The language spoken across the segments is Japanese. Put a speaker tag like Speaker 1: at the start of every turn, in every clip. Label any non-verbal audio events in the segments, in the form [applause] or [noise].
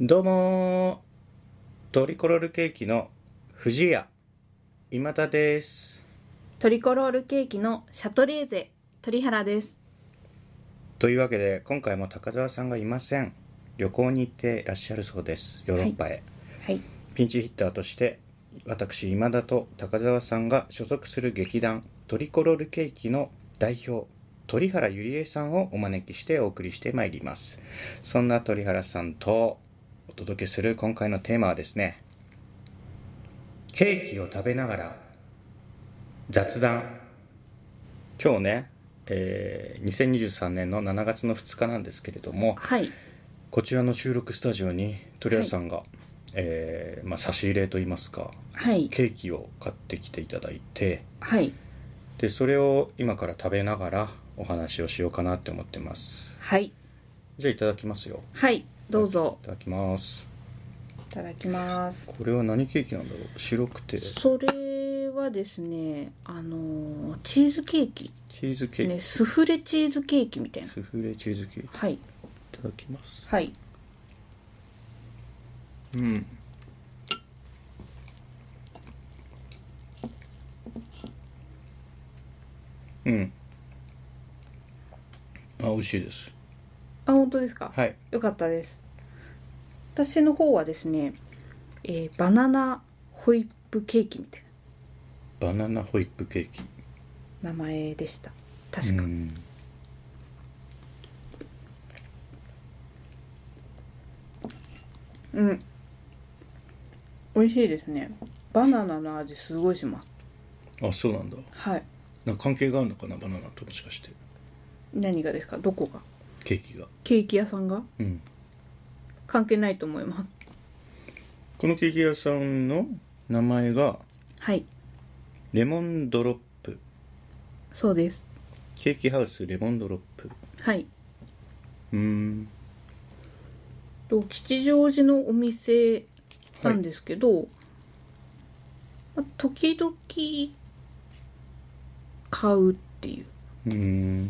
Speaker 1: どうもートリコロールケーキの藤谷今田です
Speaker 2: トリコロールケーキのシャトレーゼ鳥原です
Speaker 1: というわけで今回も高澤さんがいません旅行に行ってらっしゃるそうですヨーロッパへ、
Speaker 2: はい
Speaker 1: ピンチヒッターとして私今田と高澤さんが所属する劇団トリコロールケーキの代表鳥原ゆりえさんをお招きしてお送りしてまいりますそんな鳥原さんとお届けする今回のテーマはですねケーキを食べながら雑談今日ね、えー2023年の7月の2日なんですけれども
Speaker 2: はい
Speaker 1: こちらの収録スタジオに鳥谷さんが、えーまあ、差し入れといいますか
Speaker 2: はい
Speaker 1: ケーキを買ってきていただいて
Speaker 2: はい
Speaker 1: でそれを今から食べながらお話をしようかなって思ってます
Speaker 2: はい
Speaker 1: じゃあいただきますよ
Speaker 2: はいどうぞ
Speaker 1: いただきます
Speaker 2: いただきます
Speaker 1: これは何ケーキなんだろう白くてチ
Speaker 2: それはですねあのーチーズケーキ
Speaker 1: ーズケーキ、
Speaker 2: ねスフレチーズケーキみたいな
Speaker 1: スフレチーズケーキい
Speaker 2: はい
Speaker 1: ただきます
Speaker 2: はい
Speaker 1: うんうんあ美味しいです
Speaker 2: あ本当ですか、
Speaker 1: はい
Speaker 2: よかったです私の方はですね、えーバナナホイップケーキみたい
Speaker 1: バナナホイップケーキ
Speaker 2: な名前でした確か、
Speaker 1: うん
Speaker 2: うん美味しいですねバナナの味すごいします
Speaker 1: あそうなんだ
Speaker 2: はい
Speaker 1: なんか関係があるのかなバナナともしかして
Speaker 2: 何がですかどこが
Speaker 1: ケーキが
Speaker 2: ケーキ屋さんが
Speaker 1: うん
Speaker 2: 関係ないと思います
Speaker 1: このケーキ屋さんの名前が
Speaker 2: はい
Speaker 1: レモンドロップ
Speaker 2: そうです
Speaker 1: ケーキハウスレモンドロップ
Speaker 2: はい
Speaker 1: うん
Speaker 2: と吉祥寺のお店なんですけど、まあ時々買うっていう
Speaker 1: うん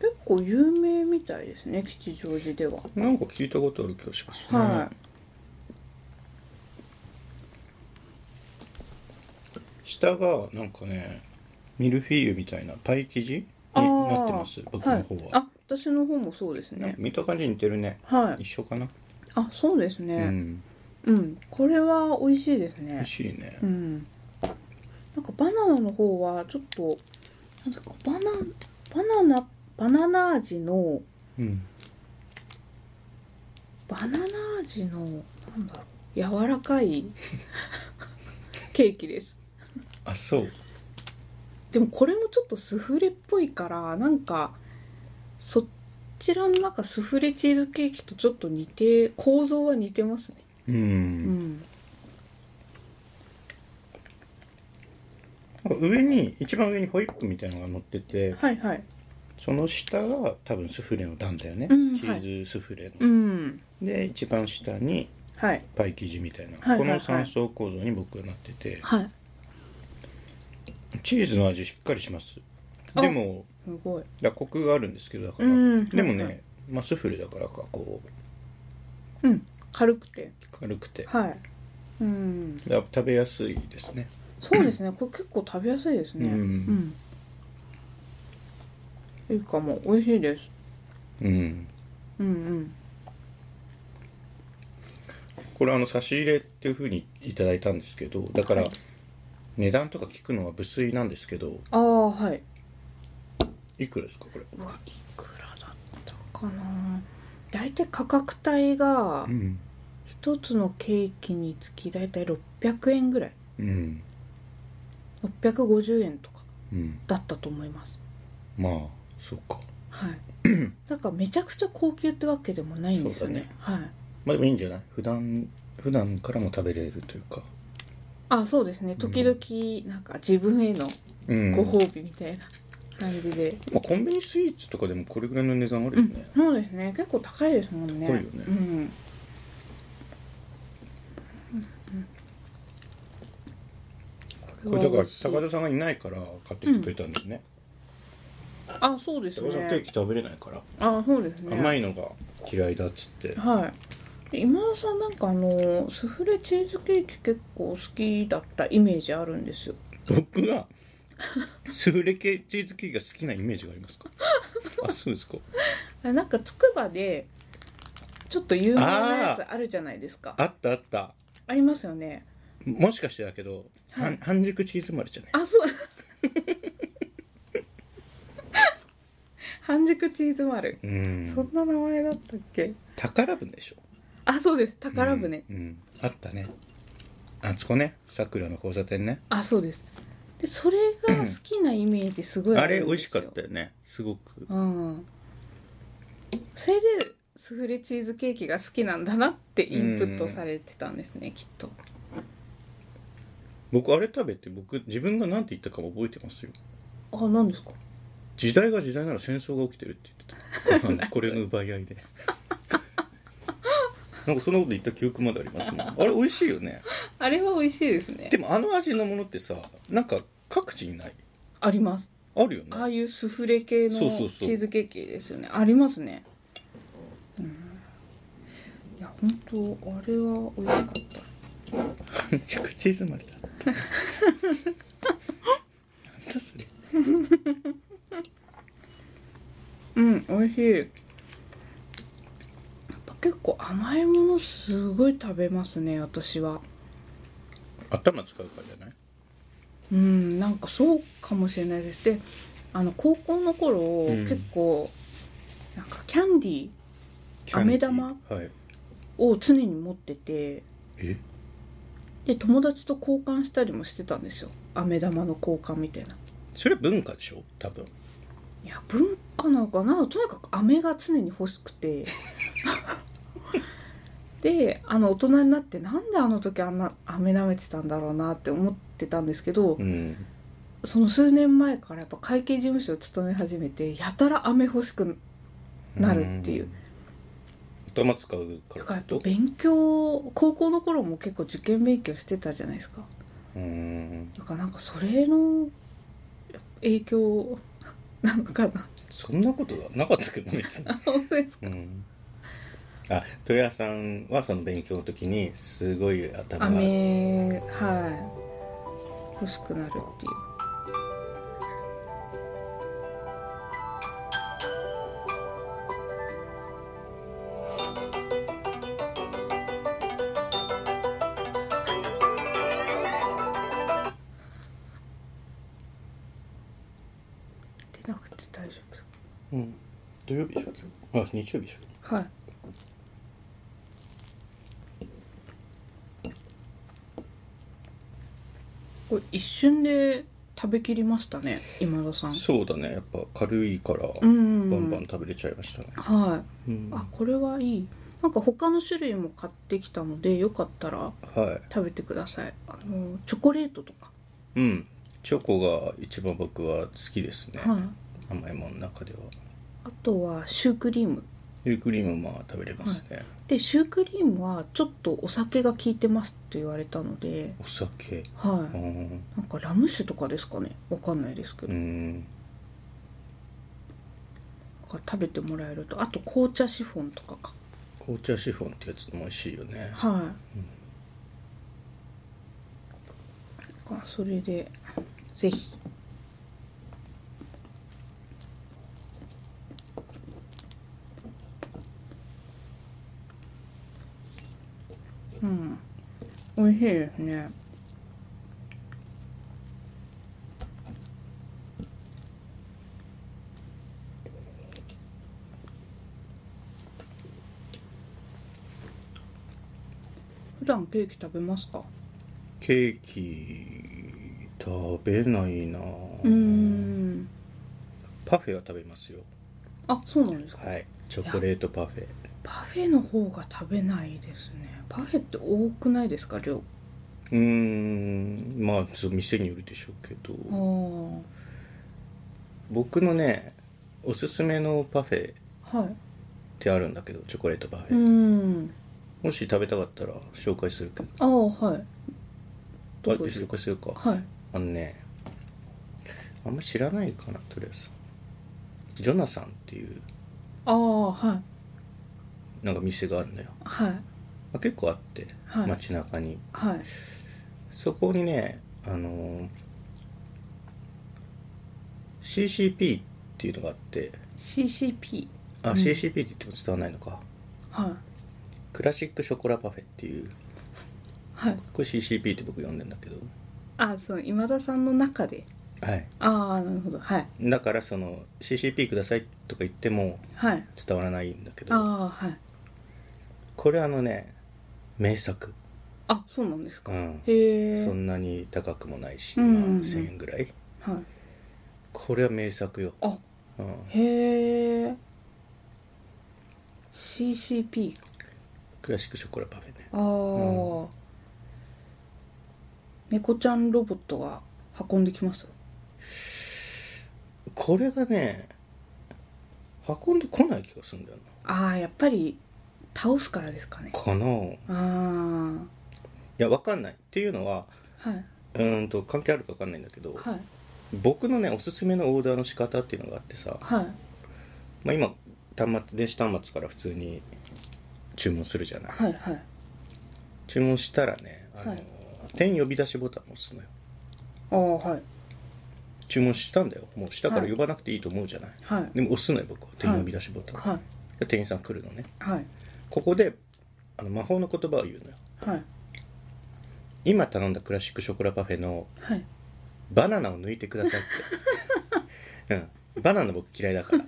Speaker 2: 結構有名みたいですね吉祥寺では
Speaker 1: なんか聞いたことある気がしますね、
Speaker 2: はい、
Speaker 1: 下がなんかねミルフィーユみたいなパイ生地に
Speaker 2: あー
Speaker 1: なってます僕の方は、
Speaker 2: い、あ私の方もそうです
Speaker 1: なん
Speaker 2: ね
Speaker 1: か見た感じに似てるね
Speaker 2: はい
Speaker 1: 一緒かな、
Speaker 2: あそうですね、
Speaker 1: うん
Speaker 2: うん、これは美味しいです
Speaker 1: 美
Speaker 2: ね
Speaker 1: 味。しいね
Speaker 2: うん。なんかバナナの方はちょっとなんですかバナバナナバナナ味の
Speaker 1: うん
Speaker 2: バナナ味のなんだろう柔ら
Speaker 1: [laughs]
Speaker 2: かいケーキです。
Speaker 1: あそう
Speaker 2: でもこれもちょっとスフレっぽいからなんかそちらのなんかスフレチーズケーキとちょっと似て構造は似てますね。
Speaker 1: うん、
Speaker 2: うん。
Speaker 1: なんか上に一番上にホイップみたいなのが乗ってて
Speaker 2: はいはい。
Speaker 1: その下が多分スフレの段だよね、
Speaker 2: うん
Speaker 1: チーズスフレの、
Speaker 2: うん。
Speaker 1: で一番下に
Speaker 2: はい
Speaker 1: パイ生地みたいな、
Speaker 2: はいはいはい
Speaker 1: この3層構造に僕がなってて
Speaker 2: はい。
Speaker 1: チーズの味しっかりします
Speaker 2: あ
Speaker 1: でも
Speaker 2: すごい。
Speaker 1: だコクがあるんですけどだから、
Speaker 2: うん
Speaker 1: でもね、
Speaker 2: はいはい
Speaker 1: まあ、スフレだからかこう
Speaker 2: うん。軽くて。
Speaker 1: 軽くて
Speaker 2: はい。うん。
Speaker 1: だ食べやすいですね
Speaker 2: そうですね。これ結構食べやすいですね。
Speaker 1: うん
Speaker 2: うん。いいかも。美味しいです。
Speaker 1: うん
Speaker 2: うんうん。
Speaker 1: これあの差し入れっていうふうにいただいたんですけどだから
Speaker 2: はい
Speaker 1: 値段とか聞くのは無粋なんですけど
Speaker 2: ああ、はい。
Speaker 1: いくらですかこれ
Speaker 2: うわ、いくらだったかな。大体価格帯が
Speaker 1: うん
Speaker 2: 一つのケーキにつき大体600円ぐらい。
Speaker 1: うん
Speaker 2: 650円とか
Speaker 1: うん
Speaker 2: だったと思います。
Speaker 1: まあそうか
Speaker 2: [clears throat] はい。だからめちゃくちゃ高級ってわけでもないんですよね。
Speaker 1: そ
Speaker 2: はい。
Speaker 1: まあでもいいんじゃない普段普段からも食べれるというか、
Speaker 2: あ、そうですね。時々なんか自分への
Speaker 1: うん
Speaker 2: ご褒美みたいな感じで、
Speaker 1: まあ、コンビニスイーツとかでもこれぐらいの値段あるよね、
Speaker 2: そうですね結構高いですもんね
Speaker 1: 高いよね
Speaker 2: うんうん
Speaker 1: これだから
Speaker 2: 美味しい
Speaker 1: 高田さんがいないから買ってきてくれたんだよね、
Speaker 2: あそうです
Speaker 1: 高田さんケー
Speaker 2: ね
Speaker 1: キ食べれないから、
Speaker 2: あそうですね
Speaker 1: 甘いのが嫌いだっつって
Speaker 2: はいで今田さんなんかあのスフレチーズケーキ結構好きだったイメージあるんですよ
Speaker 1: 僕がスフレ系チーズケーキが好きなイメージがあり
Speaker 2: [laughs]
Speaker 1: ますかあそうですか
Speaker 2: あなんかつくばでちょっと有名なやつあるじゃないですかあ
Speaker 1: あったあった
Speaker 2: りますよね
Speaker 1: もしかしてだけど、
Speaker 2: はい
Speaker 1: 半半熟チーズ丸じゃない
Speaker 2: あそう半熟チーズ丸、
Speaker 1: う
Speaker 2: そ
Speaker 1: ん
Speaker 2: んな名前だったっけ
Speaker 1: 宝船でしょ
Speaker 2: あそうです宝船、
Speaker 1: うん、うんあったねあそこねさくらの交差点ね
Speaker 2: あそうですでそれが好きなイメージすごい
Speaker 1: あれ
Speaker 2: るん
Speaker 1: 美
Speaker 2: で
Speaker 1: 味し
Speaker 2: す
Speaker 1: か
Speaker 2: よ
Speaker 1: ったよねすごく
Speaker 2: うんそれでスフレチーズケーキが好きなんだなってインプットされてたんですね、きっと
Speaker 1: 僕あれ食べて僕自分が何て言ったかも覚えてますよ
Speaker 2: あ何ですか
Speaker 1: 時代が時代なら戦争が起きてるって言ってたあの
Speaker 2: [laughs]
Speaker 1: これの奪い合いで [laughs] なんかそんなこと言った記憶までありますもんあれ美味しいよね
Speaker 2: あれは美味しいですね
Speaker 1: でもあの味のものってさなんか各地にない
Speaker 2: あります
Speaker 1: あるよね
Speaker 2: ああいうスフレ系のチ
Speaker 1: そうそうそう
Speaker 2: ーズケーキですよねありますね、うん、いや本当あれは美味しかった
Speaker 1: めちゃくちゃ詰まれた。なんだそれ。
Speaker 2: うん美味しいやっぱ結構甘いものすごい食べますね私は
Speaker 1: 頭使うからじゃない。
Speaker 2: うんなんかそうかもしれないですであの高校の頃、
Speaker 1: ん
Speaker 2: 結構なんかキャンディー飴玉
Speaker 1: はい。
Speaker 2: を常に持ってて
Speaker 1: え？
Speaker 2: で友達と交換したりもしてたんですよ飴玉の交換みたいな
Speaker 1: それは文化でしょ。多分。
Speaker 2: いや文化なのかなとにかく飴が常に欲しく
Speaker 1: [laughs]
Speaker 2: てであの大人になってなんであの時あんな飴舐めてたんだろうなって思ってたんですけど、
Speaker 1: うん。
Speaker 2: その数年前からやっぱ会計事務所を務め始めてやたら飴欲しくなるっていう。
Speaker 1: 頭使うか
Speaker 2: だ
Speaker 1: ら
Speaker 2: から
Speaker 1: ってこと。
Speaker 2: 勉強高校の頃も結構受験勉強してたじゃないですか
Speaker 1: うん。
Speaker 2: だからなんかそれの影響なのかな [laughs]
Speaker 1: そんなことがなかったけど別に。
Speaker 2: 本当です
Speaker 1: うん。あ、鳥屋さんはその勉強の時にすごい頭が
Speaker 2: 飴はい欲しくなるっていう出なくて大丈夫です
Speaker 1: うん。土曜日でしょ今日。あ、日曜日でしょ。
Speaker 2: かはいこれ一瞬で食べきりましたね今田さん
Speaker 1: そうだね。やっぱ軽いから
Speaker 2: う
Speaker 1: バ
Speaker 2: ん
Speaker 1: ンバン食べれちゃいましたね。
Speaker 2: はい
Speaker 1: うん。
Speaker 2: あこれはいいなんか他の種類も買ってきたのでよかったら
Speaker 1: はい。
Speaker 2: 食べてくださいあのチョコレートとか、
Speaker 1: うん、チョコが一番僕は好きですね、
Speaker 2: はい、
Speaker 1: 甘いものの中では
Speaker 2: あとはシュークリーム
Speaker 1: シュークリームも食べれますね、
Speaker 2: でシュークリームはちょっとお酒が効いてますって言われたので
Speaker 1: お酒
Speaker 2: は
Speaker 1: うーん
Speaker 2: いなんかラム酒とかですかねわかんないですけ
Speaker 1: う
Speaker 2: ど、
Speaker 1: ん
Speaker 2: なんか食べてもらえるとあと紅茶シフォンとかか
Speaker 1: 紅茶シフォンってやつも美味しいよね
Speaker 2: はい、なんかそれでぜひうん美味しいですね普段ケーキ食べますか
Speaker 1: ケーキ食べないな
Speaker 2: うーん
Speaker 1: パフェは食べますよ
Speaker 2: あそうなんですか
Speaker 1: はいチョコレートパフェ
Speaker 2: パフェの方が食べないですねパフェって多くないですか量
Speaker 1: うーんまあそう店によるでしょうけど
Speaker 2: あー
Speaker 1: 僕のねおすすめのパフェっ
Speaker 2: はい
Speaker 1: てあるんだけどチョコレートパフェ、
Speaker 2: うーん
Speaker 1: もし食べたかったら紹介するけど
Speaker 2: ああはい
Speaker 1: あ
Speaker 2: どこです
Speaker 1: 紹介するか
Speaker 2: はい
Speaker 1: あのねあんま知らないかなとりあえずジョナサンっていう
Speaker 2: ああはい
Speaker 1: なんか店があるんだよ、
Speaker 2: はい
Speaker 1: まあ、結構あって
Speaker 2: はい
Speaker 1: 街中に、
Speaker 2: はい
Speaker 1: そこにねあのー CCP っていうのがあって
Speaker 2: CCP
Speaker 1: あ、
Speaker 2: うん
Speaker 1: CCP って言っても伝わらないのか
Speaker 2: はい
Speaker 1: クラシックショコラパフェっていう
Speaker 2: はい
Speaker 1: これ CCP って僕呼んでんだけど
Speaker 2: あそう今田さんの中で
Speaker 1: はい
Speaker 2: ああなるほどはい
Speaker 1: だからその CCP くださいとか言っても
Speaker 2: はい
Speaker 1: 伝わらないんだけ
Speaker 2: あ
Speaker 1: ど
Speaker 2: あはい
Speaker 1: これあのね名作
Speaker 2: あそうなんです
Speaker 1: う
Speaker 2: か、
Speaker 1: ん
Speaker 2: へえ
Speaker 1: そんなに高くもないし、
Speaker 2: うんうん
Speaker 1: まあ
Speaker 2: うん
Speaker 1: 1000円ぐらい
Speaker 2: はい
Speaker 1: これは名作よ、
Speaker 2: あ
Speaker 1: うん、
Speaker 2: へえ CCP
Speaker 1: クラシックショコラパフェね
Speaker 2: ああ、猫ちゃんロボットが運んできます
Speaker 1: これがね運んでこない気がするんだよな
Speaker 2: ああやっぱり倒すからですかね
Speaker 1: かなぁい
Speaker 2: ああ
Speaker 1: やわかんないっていうのは
Speaker 2: はい、
Speaker 1: うーんと関係あるかわかんないんだけど、
Speaker 2: はい、
Speaker 1: 僕のねおすすめのオーダーの仕方っていうのがあってさ、
Speaker 2: はい、
Speaker 1: まあ、今端末電子端末から普通に注文するじゃない
Speaker 2: はい、はい。
Speaker 1: 注文したらねあの、
Speaker 2: はい
Speaker 1: 店呼び出しボタンを押すのよ
Speaker 2: ああ、はい、
Speaker 1: 注文したんだよもう下から
Speaker 2: はい
Speaker 1: 呼ばなくていいと思うじゃない、
Speaker 2: はい、
Speaker 1: でも押すのよ僕は店呼び出しボタン、
Speaker 2: はい、
Speaker 1: で店員さん来るのね
Speaker 2: はい、
Speaker 1: ここであの魔法の言葉を言うのよ
Speaker 2: はい、
Speaker 1: 今頼んだクラシックショコラパフェの
Speaker 2: はい。
Speaker 1: バナナを抜いてください
Speaker 2: [laughs]
Speaker 1: って、うん、バナナ僕嫌いだから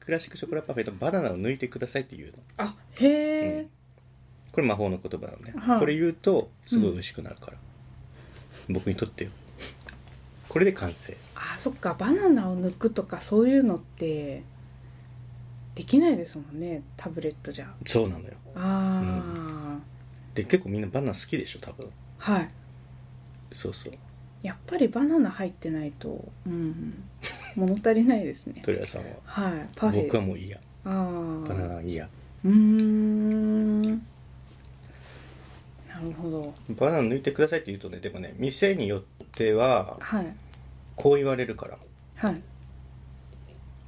Speaker 1: クラシックショコラパフェのバナナを抜いてくださいって言うの
Speaker 2: あ、へえ、
Speaker 1: これ魔法の言葉なのね、
Speaker 2: はい
Speaker 1: これ言うとすごい美味しくなるから、僕にとってよこれで完成
Speaker 2: あ、そっか、バナナを抜くとか、そういうのって。できないですもんね、タブレットじゃ。
Speaker 1: そうなのよ
Speaker 2: ああ、
Speaker 1: で結構みんなバナナ好きでしょ多分
Speaker 2: はい。
Speaker 1: そうそう
Speaker 2: やっぱりバナナ入ってないと、うん、物足りないですね。
Speaker 1: 鳥谷さんは
Speaker 2: はい、パフェ。
Speaker 1: 僕はもういいや
Speaker 2: あ
Speaker 1: バナ
Speaker 2: あ、
Speaker 1: ナはいいや
Speaker 2: うーん。なるほど。
Speaker 1: バナナ抜いてくださいって言うとねでもね店によっては
Speaker 2: はい、
Speaker 1: こう言われるから
Speaker 2: はい。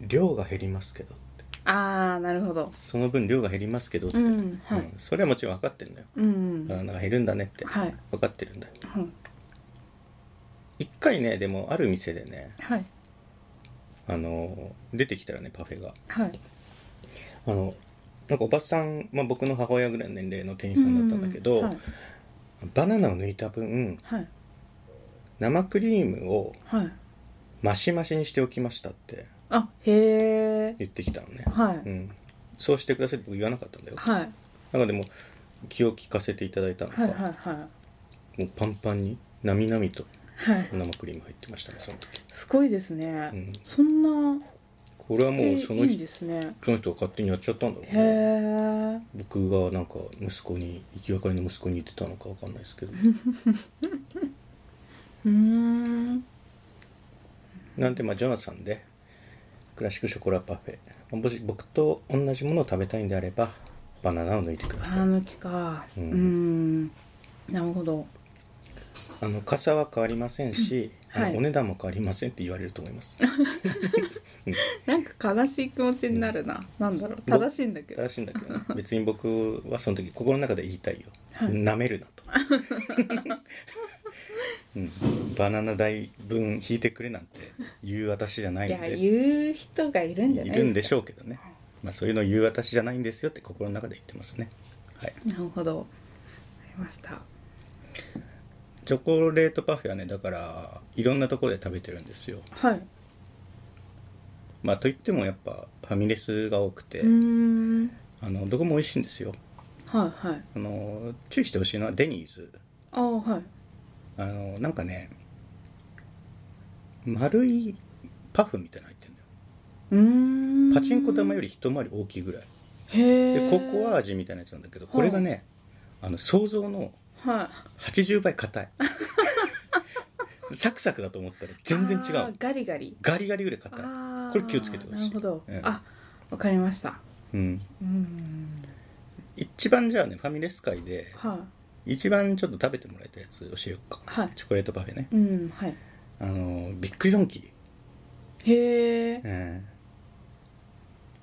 Speaker 1: 量が減りますけどって
Speaker 2: ああなるほど
Speaker 1: その分量が減りますけどって、
Speaker 2: うんは
Speaker 1: う
Speaker 2: い
Speaker 1: んそれはもちろん分かってるんだよ
Speaker 2: うん
Speaker 1: バナナが減るんだねって
Speaker 2: はい
Speaker 1: 分かってるんだよ
Speaker 2: はい
Speaker 1: 一回ねでもある店でね
Speaker 2: はい
Speaker 1: あの出てきたらねパフェが
Speaker 2: はい
Speaker 1: あのなんかおばさん、まあ、僕の母親ぐらいの年齢の店員さんだったんだけど、
Speaker 2: うんはい
Speaker 1: バナナを抜いた分
Speaker 2: はい
Speaker 1: 生クリームを
Speaker 2: はい
Speaker 1: マシマシにしておきましたって
Speaker 2: あへえ
Speaker 1: 言ってきたのね、
Speaker 2: はい、
Speaker 1: うん、そうしてくださいって僕言わなかったんだよ
Speaker 2: はい
Speaker 1: なんかでも気を利かせていただいたのか、
Speaker 2: はいはいはい
Speaker 1: もうパンパンになみなみと
Speaker 2: はい
Speaker 1: 生クリーム入ってましたねその時、
Speaker 2: すごいですね、
Speaker 1: うん、
Speaker 2: そんな
Speaker 1: これはもうその
Speaker 2: していいん
Speaker 1: 人
Speaker 2: ですね
Speaker 1: その人が勝手にやっちゃったんだろう
Speaker 2: へ
Speaker 1: ね
Speaker 2: え
Speaker 1: 僕がなんか息子に行き別れの息子に言ってたのかわかんないです
Speaker 2: [laughs]
Speaker 1: けど
Speaker 2: うーん
Speaker 1: なんでまあジョナサンでクラシックショコラパフェもし僕と同じものを食べたいんであればバナナを抜いてください
Speaker 2: あの木か
Speaker 1: う
Speaker 2: うんんんなるほど
Speaker 1: あの傘は変わりませんし、
Speaker 2: うんはい
Speaker 1: あのお値段も変わりませんって言われると思います
Speaker 2: なんか悲しい気持ちになるな、なんだろう
Speaker 1: 僕
Speaker 2: 正しいんだけど
Speaker 1: 正しいんだけどね別に僕はその時心の中で言いたいよ
Speaker 2: はい
Speaker 1: な、舐めるなと、 [laughs] うん、バナナ代分引いてくれなんて言う私じゃない
Speaker 2: い
Speaker 1: の
Speaker 2: や
Speaker 1: で
Speaker 2: 言う人がいるんじゃないい
Speaker 1: るんでし
Speaker 2: ょ
Speaker 1: ょうけどね、まあ、そういうの言う私じゃないんですよって心の中で言ってますねはい
Speaker 2: なるほどわかりました
Speaker 1: チョコレートパフェはねだからいろんなところで食べてるんですよ
Speaker 2: はい
Speaker 1: まあといってもやっぱファミレスが多くて、
Speaker 2: うーん
Speaker 1: あのどこも美味しいんですよ
Speaker 2: はいはい
Speaker 1: あの注意してほしいのはデニーズ
Speaker 2: ああはい
Speaker 1: あのなんかね丸いパフみたいなの入ってるんだよ
Speaker 2: うーん
Speaker 1: パチンコ玉より一回り大きいぐらい
Speaker 2: へえ
Speaker 1: でココア味みたいなやつなんだけどこれがねあの想像の
Speaker 2: は
Speaker 1: 80倍硬
Speaker 2: [laughs]
Speaker 1: いサクサクだと思ったら
Speaker 2: い
Speaker 1: 全然違
Speaker 2: あ
Speaker 1: う
Speaker 2: ーガリガリ
Speaker 1: ガリガリぐらい硬い
Speaker 2: ああ
Speaker 1: これ気をつけてほしい
Speaker 2: なるほど、
Speaker 1: うん
Speaker 2: あわかりました
Speaker 1: うん
Speaker 2: うーん
Speaker 1: 一番じゃあねファミレス界で
Speaker 2: はい
Speaker 1: 一番ちょっと食べてもらいたいやつ教えようか
Speaker 2: はい
Speaker 1: チョコレートパフェね
Speaker 2: うんはい
Speaker 1: あのびっくりドンキー、
Speaker 2: へえ
Speaker 1: うん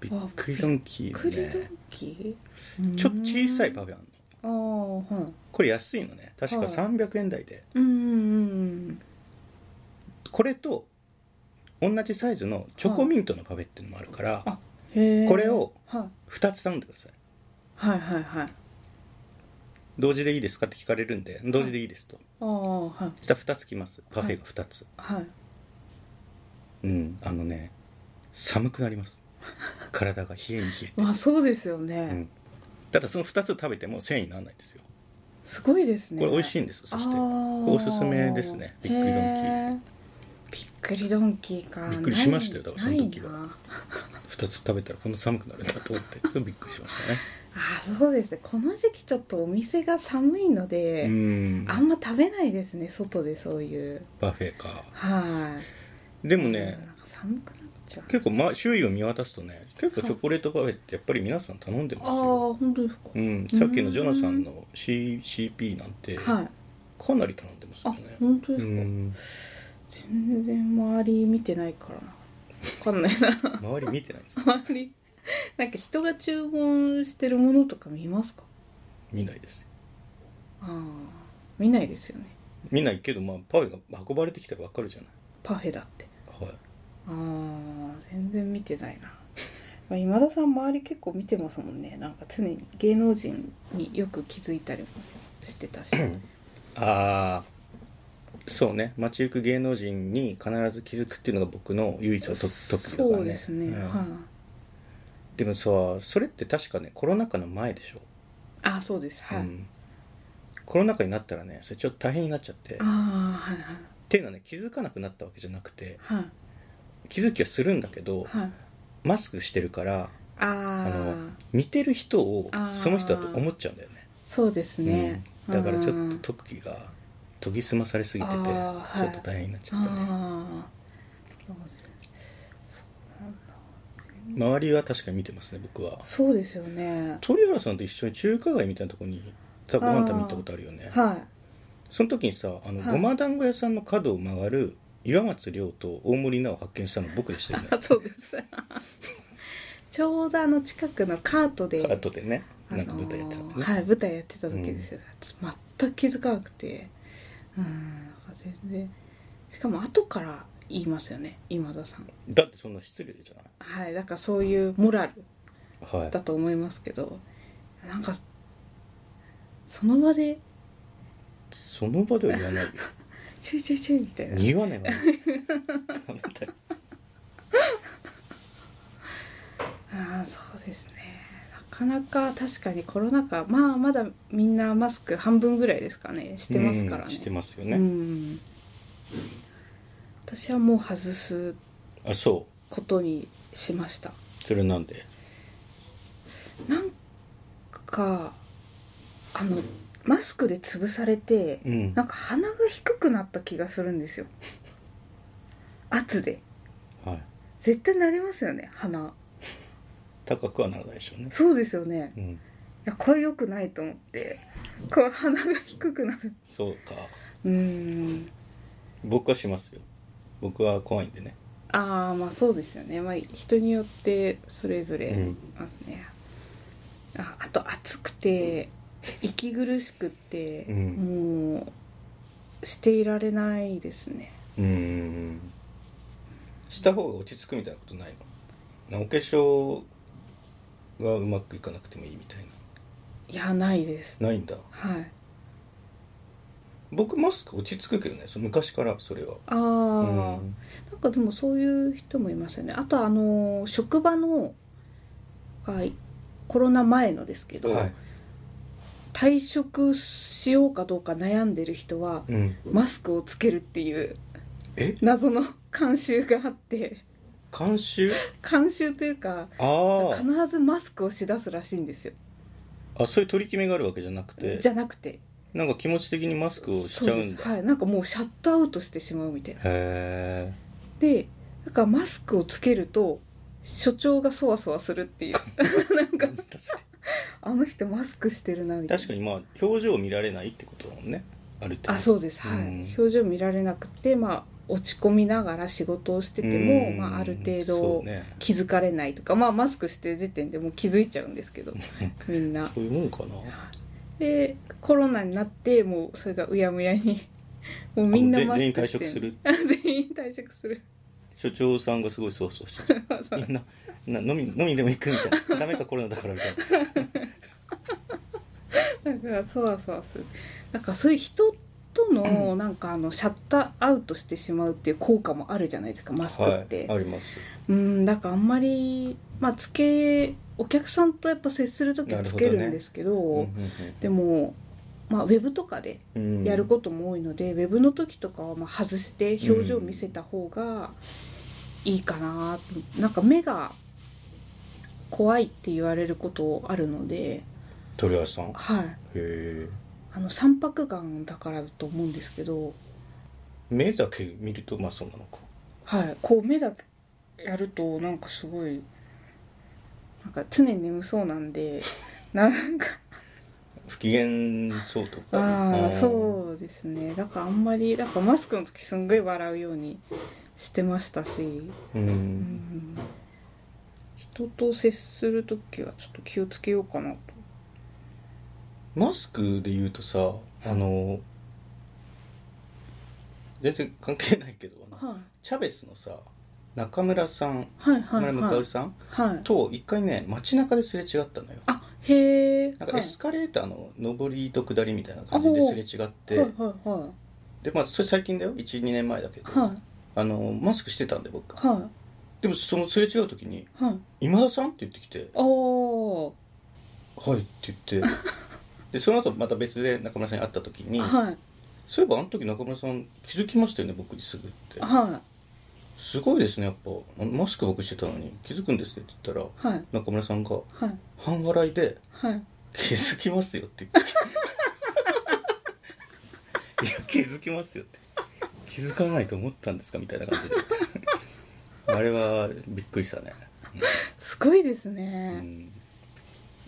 Speaker 1: びっくりドンキー
Speaker 2: 栗
Speaker 1: だ
Speaker 2: ドン
Speaker 1: ね
Speaker 2: キ
Speaker 1: ちょっと小さいパフェあんの
Speaker 2: ああーはい
Speaker 1: これ安いのね確か
Speaker 2: はい
Speaker 1: 300円台で、
Speaker 2: うんうん
Speaker 1: これと同じサイズのチョコミントのパフェっていうのもあるから、
Speaker 2: あうんへー
Speaker 1: これを
Speaker 2: はい
Speaker 1: 2つ頼んでください
Speaker 2: はいはいはい
Speaker 1: 同時でいいですかって聞かれるんで同時でいいですと、
Speaker 2: ああはい
Speaker 1: そしたら2つきますパフェが2つ、
Speaker 2: はい
Speaker 1: うんあのね寒くなります体が冷えに冷えて、
Speaker 2: まあそうですよね、
Speaker 1: うん、ただその2つを食べても繊維にならないんですよ
Speaker 2: すごいですね
Speaker 1: これ美味し
Speaker 2: い
Speaker 1: いんですそして
Speaker 2: こ
Speaker 1: れおすすめですねびっくりドンキー
Speaker 2: びっくりドンキーか
Speaker 1: びっくりしましたよだから
Speaker 2: ない
Speaker 1: その時は
Speaker 2: ないな
Speaker 1: 2つ食べたらこんな寒くなるんだと思ってびっくりしましたね
Speaker 2: あーそうですねこの時期ちょっとお店が寒いので、
Speaker 1: うん
Speaker 2: あんま食べないですね外でそういう
Speaker 1: パフェか
Speaker 2: はい
Speaker 1: で
Speaker 2: で
Speaker 1: もね
Speaker 2: なんか寒くなっちゃう
Speaker 1: 結構、ま、周囲を見渡すとね結構チョコレートパフェってやっぱり皆さん頼んでま
Speaker 2: ああ
Speaker 1: すよ、
Speaker 2: ー本当ですか、
Speaker 1: うん、さっきのジョナさんの C CP なんてか
Speaker 2: はい
Speaker 1: なり頼んでます
Speaker 2: あ
Speaker 1: よね、
Speaker 2: 本当で
Speaker 1: う
Speaker 2: すか、
Speaker 1: ん、
Speaker 2: 全然周り見てないからな分かんないな
Speaker 1: 周り見てない
Speaker 2: [laughs]
Speaker 1: ですか
Speaker 2: 周りなんか人が注文してるものとか見ますか
Speaker 1: 見ないです
Speaker 2: ああ見ないですよね
Speaker 1: 見ないけど、まあ、パフェが運ばれてきたらわかるじゃない
Speaker 2: パフェだって
Speaker 1: はい
Speaker 2: ああ全然見てないな、 [laughs] まあ、今田さん周り結構見てますもんねなんか常に芸能人によく気づいたりもしてたし
Speaker 1: ああそうね街行く芸能人に必ず気づくっていうのが僕の唯一の特特技だからね
Speaker 2: そうですね、
Speaker 1: うん
Speaker 2: はい、
Speaker 1: でもさそれって確かねコロナ禍の前でしょ、
Speaker 2: あそうですはい、
Speaker 1: うん、コロナ禍になったらねそれちょっと大変になっちゃって
Speaker 2: あ
Speaker 1: っ
Speaker 2: あはい
Speaker 1: ていうのはね気づかなくなったわけじゃなくて
Speaker 2: はいはい
Speaker 1: 気づきはするんだけど
Speaker 2: はい
Speaker 1: マスクしてるから
Speaker 2: あ
Speaker 1: あの
Speaker 2: あ
Speaker 1: 似てる人を
Speaker 2: あー
Speaker 1: その人だと思っちゃうんだよね
Speaker 2: そうですね、
Speaker 1: うん、だからちょっ
Speaker 2: うん
Speaker 1: と特技が研ぎ澄まされすぎてて
Speaker 2: あ
Speaker 1: ち
Speaker 2: ーはい
Speaker 1: ょっと大変になっちゃったね、
Speaker 2: ああそうですねそうなんだ
Speaker 1: 周りは確かに見てますね僕は
Speaker 2: そうですよね
Speaker 1: 鳥原さんと一緒に中華街みたいなとこにたご飯食べに行ったことあるよね
Speaker 2: はい
Speaker 1: その時にさあの、
Speaker 2: はい
Speaker 1: ごま団子屋さんの角を曲がる岩松亮と大森奈を発見したの僕でしたよ
Speaker 2: [laughs]
Speaker 1: ね
Speaker 2: あそうですちょうどあの近くのカートで
Speaker 1: 後でね
Speaker 2: あ
Speaker 1: な
Speaker 2: の
Speaker 1: んか舞台やってたんだよ
Speaker 2: ー
Speaker 1: ね、
Speaker 2: はい舞台やってた時ですよ、全く気づかなくてうんなんか全然しかも後から言いますよね今田さん
Speaker 1: だってそんな失礼じゃな
Speaker 2: はいだからそういうモラル
Speaker 1: いはい
Speaker 2: だと思いますけどなんかその場で
Speaker 1: その場では言わ
Speaker 2: [laughs]
Speaker 1: ないよ
Speaker 2: 「ちょいちょいちょい」みたいな
Speaker 1: 言わないわあなた
Speaker 2: ああそうですねなかなか確かにコロナ禍まあまだみんなマスク半分ぐらいですかねしてますから
Speaker 1: うん
Speaker 2: ね
Speaker 1: してますよ
Speaker 2: う
Speaker 1: ね、
Speaker 2: ん私はもう外す
Speaker 1: あそ
Speaker 2: ことにしました
Speaker 1: うそれなんで
Speaker 2: なんかあのマスクで潰されて
Speaker 1: うん
Speaker 2: なんか鼻が低くなった気がするんですよ圧で
Speaker 1: はい
Speaker 2: 絶対なりますよね鼻
Speaker 1: 高くはならないでしょうね
Speaker 2: そうですよね
Speaker 1: うん
Speaker 2: いやこれ良くないと思ってこう鼻が低くなる
Speaker 1: そうか
Speaker 2: うーん
Speaker 1: 僕はしますよ僕は怖いんでね
Speaker 2: ああまあそうですよねまあ人によってそれぞ
Speaker 1: う
Speaker 2: れ
Speaker 1: ん
Speaker 2: ますね、ああと暑くて息苦しくて、
Speaker 1: うん
Speaker 2: もうしていられないですね
Speaker 1: うんした方が落ち着くみたいなことないのなお化粧がうまくいかなくてもいいみたい
Speaker 2: いやないです
Speaker 1: なないんだ
Speaker 2: はい
Speaker 1: 僕マスク落ち着くけどねその昔からそれは
Speaker 2: ああ、
Speaker 1: うん
Speaker 2: なんかでもそういう人もいますよねあとあの職場のがコロナ前のですけど、
Speaker 1: はい
Speaker 2: 退職しようかどうか悩んでる人は
Speaker 1: うん、
Speaker 2: マスクをつけるっていう
Speaker 1: え
Speaker 2: 謎の慣習があって [laughs]
Speaker 1: 監修
Speaker 2: 慣習というか
Speaker 1: あ
Speaker 2: 必ずマスクをしだすらしいんですよ
Speaker 1: ああそういう取り決めがあるわけじゃなくて
Speaker 2: じゃなくて
Speaker 1: なんか気持ち的にマスクをしちゃうん
Speaker 2: そで
Speaker 1: だ
Speaker 2: すはいなんかもうシャットアウトしてしまうみたいな
Speaker 1: へ
Speaker 2: でなんかマスクをつけると所長がそわそわする
Speaker 1: [laughs]
Speaker 2: っていう
Speaker 1: え確か
Speaker 2: あの人マスクしてるなみ
Speaker 1: に
Speaker 2: たいな
Speaker 1: 確かにまあ表情を見られないってことだもんねある程度
Speaker 2: あそうですはい、
Speaker 1: うん
Speaker 2: 表情見られなくてまあ落ち込みながら仕事をしてて
Speaker 1: う
Speaker 2: も、
Speaker 1: ん
Speaker 2: まあ、ある程
Speaker 1: そ
Speaker 2: 度
Speaker 1: うね
Speaker 2: 気づかれないとか、まあ、マスクしてる時点でもう気づいちゃうんで
Speaker 1: [laughs]
Speaker 2: すけどみんな。
Speaker 1: そういうもんかな
Speaker 2: でコロナになってもうそれがうやむやにもうみんな
Speaker 1: あもう
Speaker 2: マ
Speaker 1: 全員
Speaker 2: スク
Speaker 1: 退
Speaker 2: して
Speaker 1: 職する
Speaker 2: [laughs] 全員退職する [laughs]
Speaker 1: 所長さんがすごいそうそうしてる
Speaker 2: そう
Speaker 1: みんなみんな飲み飲みでも行くみたいな [laughs] ダメかコロナだからみたいな
Speaker 2: だからそわそわするなんかそういう人
Speaker 1: [clears throat]
Speaker 2: とのなんかあのシャットアウトしてしまうっていう効果もあるじゃないですかマスクって、
Speaker 1: はい、あります
Speaker 2: うんだからあんまりまあつけお客さんとやっぱ接する時はつけ
Speaker 1: なるほど
Speaker 2: る
Speaker 1: ね
Speaker 2: んですけど
Speaker 1: で
Speaker 2: でも、まあ、ウェブとかで
Speaker 1: も
Speaker 2: やることも多いので、ウェブの時とかはまあ外して表情を見せた方がいいかなと、なんか目が怖いって言われることあるので
Speaker 1: 鳥羽さんへ
Speaker 2: はい
Speaker 1: え
Speaker 2: あの三白眼だからだと思うんですけど
Speaker 1: 目だけ見るとまあそうなのか
Speaker 2: はいこう目だけやるとなんかすごいなんか常に眠そうなんで [laughs] なんか
Speaker 1: 不機嫌そうとか
Speaker 2: ああ
Speaker 1: う
Speaker 2: そうですねだからあんまりだからマスクの時すんごい笑うようにしてましたし、
Speaker 1: う
Speaker 2: うんん、人と接する時はちょっと気をつけようかなと
Speaker 1: マスクで言うとさあの全然関係ないけどあの
Speaker 2: はい
Speaker 1: チャベスのさ中村さん
Speaker 2: はい
Speaker 1: 中
Speaker 2: はい
Speaker 1: 村
Speaker 2: は
Speaker 1: 向
Speaker 2: い
Speaker 1: さん、
Speaker 2: はい
Speaker 1: と一回ね街中ですれ違ったのよ
Speaker 2: あへえ
Speaker 1: なんかエスカレーターの上りと下りみたいな感じ
Speaker 2: あほ
Speaker 1: で
Speaker 2: う
Speaker 1: すれ違って、
Speaker 2: はいはいはいは
Speaker 1: でまあそれ最近だよ12年前だけど、
Speaker 2: いはい
Speaker 1: あのマスクしてたんで僕
Speaker 2: は
Speaker 1: でもそのすれ違う時に
Speaker 2: いはい
Speaker 1: 「今田さん?」って言ってきて
Speaker 2: あー
Speaker 1: 「はい」って言ってでその後また別で中村さんに会った時に
Speaker 2: はい
Speaker 1: 「そういえばあの時中村さん気づきましたよね僕にすぐ」って
Speaker 2: は
Speaker 1: 「すごいですねやっぱあのマスク僕してたのに気づくんですね」って言ったら
Speaker 2: いはい
Speaker 1: 中村さんが
Speaker 2: はい
Speaker 1: 半笑いで
Speaker 2: はい
Speaker 1: 「気づきますよ」って言ってきていや気づきますよ」って「気づかないと思ったんですか」みたいな感じであれはびっくりしたね
Speaker 2: すごいです
Speaker 1: う
Speaker 2: ね、
Speaker 1: ん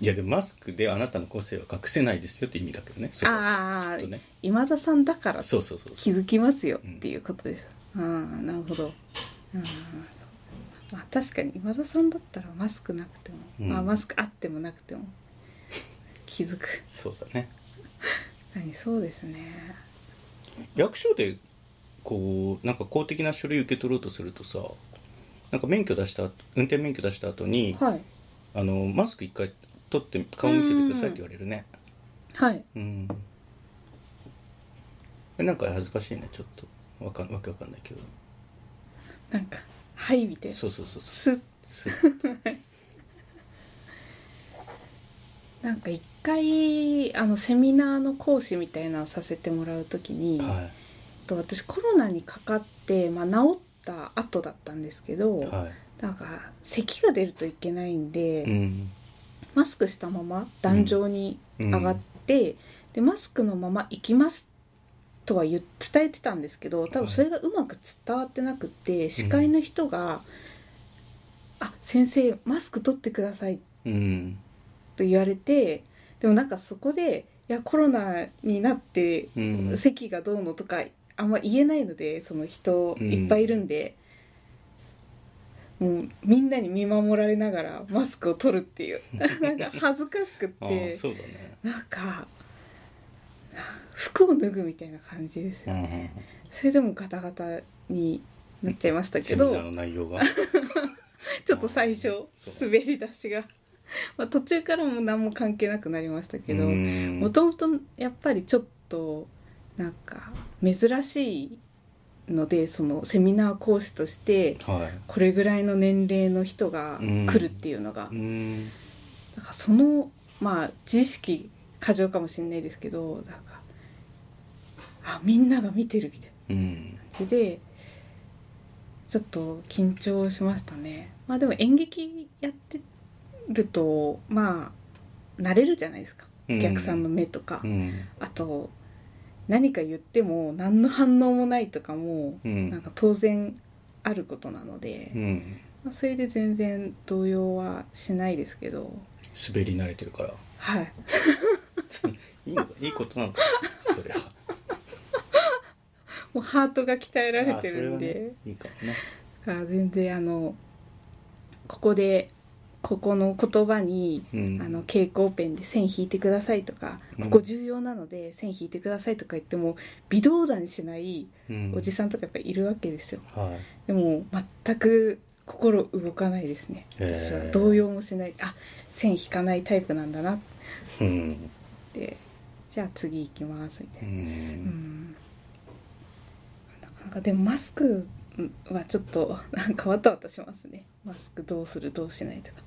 Speaker 1: いやでもマスクであなたの個性は隠せないですよって意味だけどねそれは
Speaker 2: あー
Speaker 1: きっとね
Speaker 2: 今田さんだから
Speaker 1: そうそうそうそ
Speaker 2: 気
Speaker 1: う
Speaker 2: づきますよっていうことです、ああなるほどあーそうまあ確かに今田さんだったらマスクなくても、
Speaker 1: うん
Speaker 2: あマスクあってもなくても気づく
Speaker 1: そうだね
Speaker 2: はいそうですね
Speaker 1: 役所でこうなんか公的な書類受け取ろうとするとさなんか免許出した運転免許出した後に
Speaker 2: はい
Speaker 1: あのマスク一回取って顔見せてくださいって言われるね
Speaker 2: はい
Speaker 1: うんなんか恥ずかしいねちょっとわかんわけわかんないけど
Speaker 2: なんか「はい」みたいな
Speaker 1: そうそうそうそう
Speaker 2: すっ
Speaker 1: す
Speaker 2: なんか一回あのセミナーの講師みたいなのをさせてもらう時に、
Speaker 1: は
Speaker 2: と私コロナにかかって、まあ、治った後だったんですけど、
Speaker 1: いは
Speaker 2: なんか咳が出るといけないんで、
Speaker 1: いうん
Speaker 2: マスクしたまま壇上に
Speaker 1: 上
Speaker 2: 上がって、でマスクのまま行きますとは言っ伝えてたんですけど多分それがうまく伝わってなくて、司会の人が「あ先生マスク取ってください」
Speaker 1: うん
Speaker 2: と言われてでもなんかそこで「いやコロナになって
Speaker 1: うん
Speaker 2: 席がどうの」とかあんま言えないのでその人
Speaker 1: うん
Speaker 2: いっぱいいるんで。もうみんなに見守られながらマスクを取るって
Speaker 1: [laughs]
Speaker 2: いうなんか恥ずかしくっ
Speaker 1: あ
Speaker 2: て
Speaker 1: あそうだね
Speaker 2: なんか服を脱ぐみたいな感じです
Speaker 1: う
Speaker 2: よ
Speaker 1: んうんうん
Speaker 2: それでもガタガタになっちゃいましたけ
Speaker 1: セミナー
Speaker 2: ど
Speaker 1: の内容が
Speaker 2: ちょっと最初
Speaker 1: そう
Speaker 2: 滑り出しが、まあ、途中からもう何も関係なくなりましたけど
Speaker 1: うん
Speaker 2: もともとやっぱりちょっとなんか珍しいのでそのセミナー講師として
Speaker 1: は
Speaker 2: これぐらいの年齢の人が来るっていうのが
Speaker 1: いうん
Speaker 2: なんかそのまあ自意識過剰かもしれないですけどなんかあみんなが見てるみたい
Speaker 1: うん
Speaker 2: な感じでちょっと緊張しましたねまあでも演劇やってるとまあ慣れるじゃないですかお客さんの目とか、
Speaker 1: うん
Speaker 2: あと何か言っても何の反応もないとかも
Speaker 1: う
Speaker 2: なん
Speaker 1: ん
Speaker 2: か当然あることなので、
Speaker 1: うん
Speaker 2: まあ、それで全然動揺はしないですけど
Speaker 1: 滑り慣れてるから
Speaker 2: はい [laughs]
Speaker 1: いいのかいいことなのかそれは
Speaker 2: もうハートが鍛えられてるんで
Speaker 1: あーそれはねいいかもね
Speaker 2: だから全然あのここでここの言葉に
Speaker 1: うん
Speaker 2: あの蛍光ペンで線引いてくださいとか、
Speaker 1: うん
Speaker 2: ここ重要なので線引いてくださいとか言っても微動だにしない
Speaker 1: うん
Speaker 2: おじさんとかやっぱいるわけですよ
Speaker 1: はい
Speaker 2: でも全く心動かないですね
Speaker 1: へー
Speaker 2: 私は動揺もしないあ線引かないタイプなんだなっ
Speaker 1: うん
Speaker 2: てじゃあ次行きますみたいうな、うんんなかなかでもマスクはちょっとなんかわたわたしますねマスクどうするどうしないとか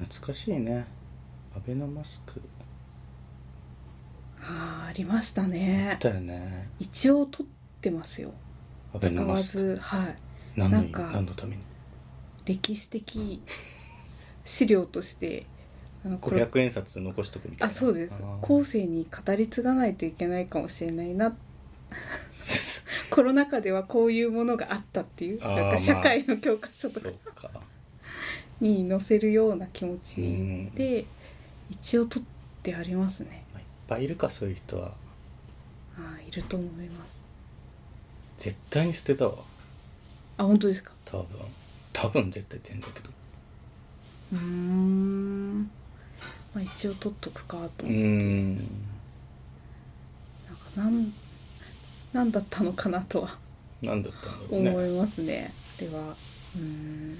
Speaker 1: 懐かしいねアベノマスク
Speaker 2: あーありました
Speaker 1: あっ
Speaker 2: ね
Speaker 1: たよね
Speaker 2: 一応取ってますよ
Speaker 1: アベ
Speaker 2: 使
Speaker 1: ノ
Speaker 2: わ
Speaker 1: マスク
Speaker 2: ず、はい、
Speaker 1: 何の意味
Speaker 2: なんか
Speaker 1: 何のために
Speaker 2: 歴史的資料としてあのこれ
Speaker 1: 500円札残しとくみたい
Speaker 2: あ
Speaker 1: な
Speaker 2: そうです
Speaker 1: あー
Speaker 2: 後世に語り継がないといけないかもしれないな [laughs] コロナ禍ではこういうものがあったっていう
Speaker 1: あー
Speaker 2: なんか社会の教科書とか
Speaker 1: まあそうか
Speaker 2: に載せるような気持
Speaker 1: う
Speaker 2: ち
Speaker 1: ん
Speaker 2: で一応取ってありますね
Speaker 1: まあいっぱいいるかそういう人は
Speaker 2: あーいると思います
Speaker 1: 絶対に捨てたわ
Speaker 2: あ本当ですか
Speaker 1: 多分多分絶対点だけど
Speaker 2: うーん、まあ、一応取っとくか
Speaker 1: う
Speaker 2: と思って、
Speaker 1: ん
Speaker 2: なんかなんなんだったのかなとは
Speaker 1: 何だったんだろうね
Speaker 2: 思いますね。では、うーん。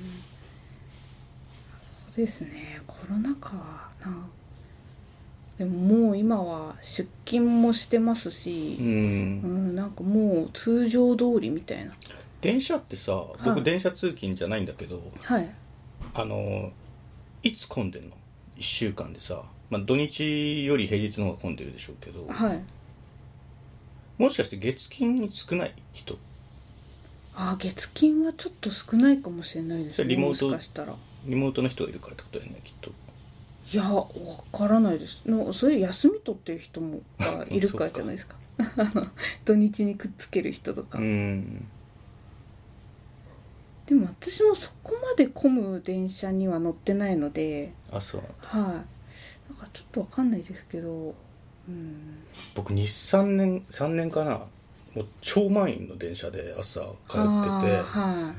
Speaker 2: そうですね。コロナ禍はな。でももう今は出勤もしてます
Speaker 1: う
Speaker 2: し、うんん、なんかもう通常通りみたいな。
Speaker 1: 電車ってさ
Speaker 2: は
Speaker 1: 僕
Speaker 2: い
Speaker 1: 電車通勤じゃないんだけど、
Speaker 2: はい。
Speaker 1: あのいつ混んでんの1週間でさ、まあ、土日より平日の方が混んでるでしょうけど
Speaker 2: はい。
Speaker 1: もしかして月金に少ない人
Speaker 2: あー、月金はちょっと少ないかもしれないで
Speaker 1: そ
Speaker 2: す
Speaker 1: れ
Speaker 2: ね。
Speaker 1: リモ
Speaker 2: も
Speaker 1: ート
Speaker 2: しかしたら。
Speaker 1: リモートの人がいるからってことだよねきっと
Speaker 2: いや、わからないです。のそれ休み取ってる人も
Speaker 1: [laughs]
Speaker 2: がいるからじゃないですか。 [laughs] あの土日にくっつける人とか。
Speaker 1: うん
Speaker 2: でも私もそこまで混む電車には乗ってないので、
Speaker 1: あそう
Speaker 2: はい、なんかちょっとわかんないですけど、うん、
Speaker 1: 僕23年3年かなもう超満員の電車で朝帰
Speaker 2: あ
Speaker 1: ってて
Speaker 2: ーは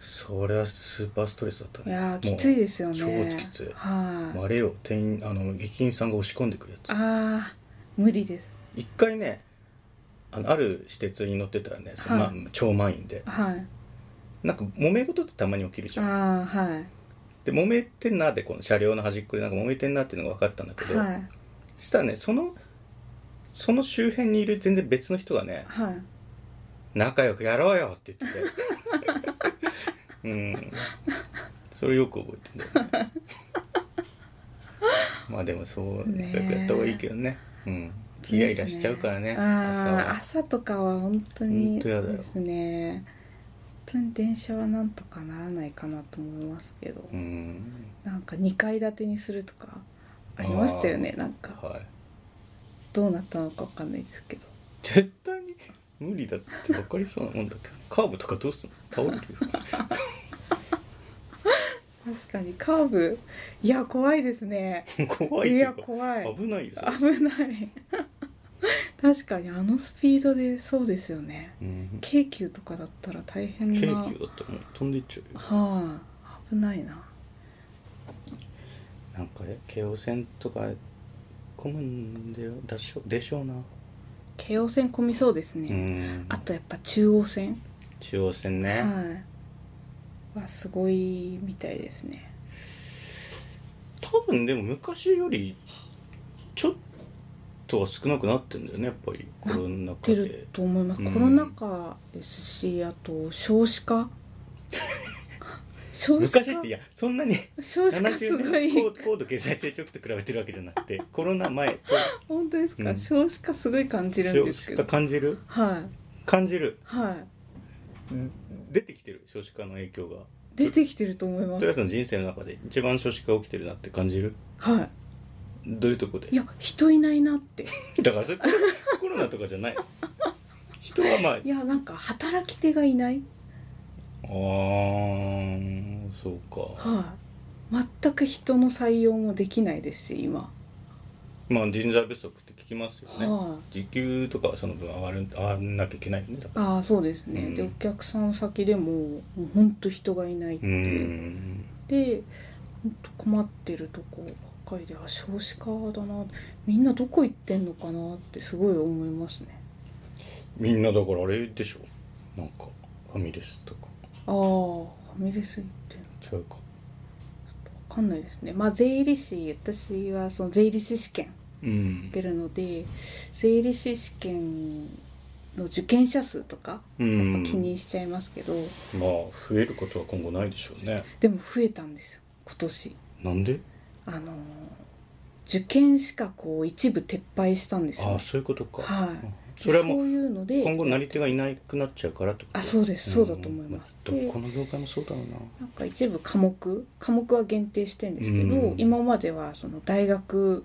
Speaker 1: それはスーパーストレスだった
Speaker 2: い、い
Speaker 1: ね
Speaker 2: やー
Speaker 1: も
Speaker 2: き
Speaker 1: う
Speaker 2: ついですよ
Speaker 1: 超
Speaker 2: ね。
Speaker 1: きつい
Speaker 2: はい、
Speaker 1: あれよ店員あの駅員さんが押し込んでくるやつ
Speaker 2: あー無理です。
Speaker 1: 一回ねあのある私鉄に乗ってたらね、そ
Speaker 2: はい
Speaker 1: まあ、超満員で
Speaker 2: はい、
Speaker 1: なんか揉め事ってたまに起きるじ
Speaker 2: あ
Speaker 1: ゃん
Speaker 2: ーはい
Speaker 1: で揉めてんなってこの車両の端っこでなんか揉めてんなっていうのが分かったんだけど、
Speaker 2: はい
Speaker 1: そしたらねそのその周辺にいる全然別の人がね
Speaker 2: はい。
Speaker 1: 「仲良くやろうよ」って言ってて
Speaker 2: [laughs]
Speaker 1: うんそれよく覚えてんだよ
Speaker 2: [laughs]
Speaker 1: ねまあでもそう
Speaker 2: ね
Speaker 1: 仲
Speaker 2: え
Speaker 1: 良くやった方がいいけどねうんイライラしちゃうからね
Speaker 2: あー
Speaker 1: 朝は
Speaker 2: 朝とかは本当に
Speaker 1: 本当やだよ
Speaker 2: ですね。本当に電車はなんとかならないかなと思いますけど。
Speaker 1: うん
Speaker 2: なんか2階建てにするとかありましたよねなんか
Speaker 1: はい
Speaker 2: どうなったのかわかんないですけど
Speaker 1: 絶対に無理だって分かりそうなもんだけどカーブとかどうすんの倒れるよ
Speaker 2: 確かにカーブいや怖いですね
Speaker 1: 怖
Speaker 2: い
Speaker 1: いってい
Speaker 2: や
Speaker 1: うか
Speaker 2: 怖い
Speaker 1: 危ないよそれ
Speaker 2: 危ない [laughs] 確かにあのスピードでそうですよね
Speaker 1: うん
Speaker 2: 京急とかだったら大変な
Speaker 1: 京急だってもう飛んでいっちゃうよ
Speaker 2: はあ危ないな
Speaker 1: なんかね京王線とか混むんだよだしょでしょうな
Speaker 2: 京王線混みそうですね、
Speaker 1: うん
Speaker 2: あとやっぱ中央線、
Speaker 1: 中央線ね、
Speaker 2: はいはすごいみたいですね
Speaker 1: 多分でも昔よりちょっとは少なくなってんだよねやっぱりコロナ禍
Speaker 2: て
Speaker 1: で
Speaker 2: ると思います、
Speaker 1: うん
Speaker 2: コロナ禍ですしあと少子化少子化
Speaker 1: [laughs] 昔っていやそんなに
Speaker 2: 少子化す
Speaker 1: 70
Speaker 2: ご
Speaker 1: 年高
Speaker 2: い
Speaker 1: 高度経済成長期と比べてるわけじゃなくてコロナ前と
Speaker 2: 本当ですか、
Speaker 1: うん
Speaker 2: 少子化すごい感じるん
Speaker 1: 少
Speaker 2: です
Speaker 1: 子
Speaker 2: け
Speaker 1: 化
Speaker 2: ど
Speaker 1: 感じる
Speaker 2: はい
Speaker 1: 感じる
Speaker 2: はい
Speaker 1: 出てきてる少子化の影響が
Speaker 2: 出てきてると思いま
Speaker 1: 豊橋
Speaker 2: す
Speaker 1: さんの人生の中で一番少子化起きてるなって感じる
Speaker 2: は
Speaker 1: どういうとこで
Speaker 2: いいや人いないなって
Speaker 1: だからそれコロ [laughs] コロナとかじゃない人はまああ
Speaker 2: いやなんか働き手がいない
Speaker 1: あーそうか
Speaker 2: はい全く人の採用もできないですし今
Speaker 1: まあ人材不足って聞きますよね、
Speaker 2: は
Speaker 1: 時給とかはその分上がる上がんなきゃいけないよねだから
Speaker 2: ああそうですね、
Speaker 1: うん
Speaker 2: でお客さん先でももうほんと人がいないって
Speaker 1: う
Speaker 2: いう、
Speaker 1: ん
Speaker 2: でほんと困ってるとこばっかりであ少子化だなみんなどこ行ってんのかなってすごい思いますね
Speaker 1: みんなだからあれでしょなんかファミレスとか
Speaker 2: ああファミレス行ってんの
Speaker 1: 違うか
Speaker 2: わかんないですねまあ税理士私はその税理士試験
Speaker 1: うん
Speaker 2: 受けるので税理士試験の受験者数とか
Speaker 1: う
Speaker 2: やっ
Speaker 1: ん
Speaker 2: ぱ気にしちゃいますけど、
Speaker 1: まあ増えることは今後ないでしょうね
Speaker 2: でも増えたんですよ今年
Speaker 1: なんで
Speaker 2: あのー受験資格を一部撤廃したんですよ、
Speaker 1: ああそういうことか、
Speaker 2: はい
Speaker 1: うんそれはも
Speaker 2: そう
Speaker 1: う
Speaker 2: いうので
Speaker 1: 今後なり手がいなくなっちゃうからってこと
Speaker 2: あそうですそうだと思います
Speaker 1: ん
Speaker 2: で
Speaker 1: どこの業界もそうだろうな
Speaker 2: なんか一部科目科目は限定してんですけど、
Speaker 1: うん
Speaker 2: 今まではその大学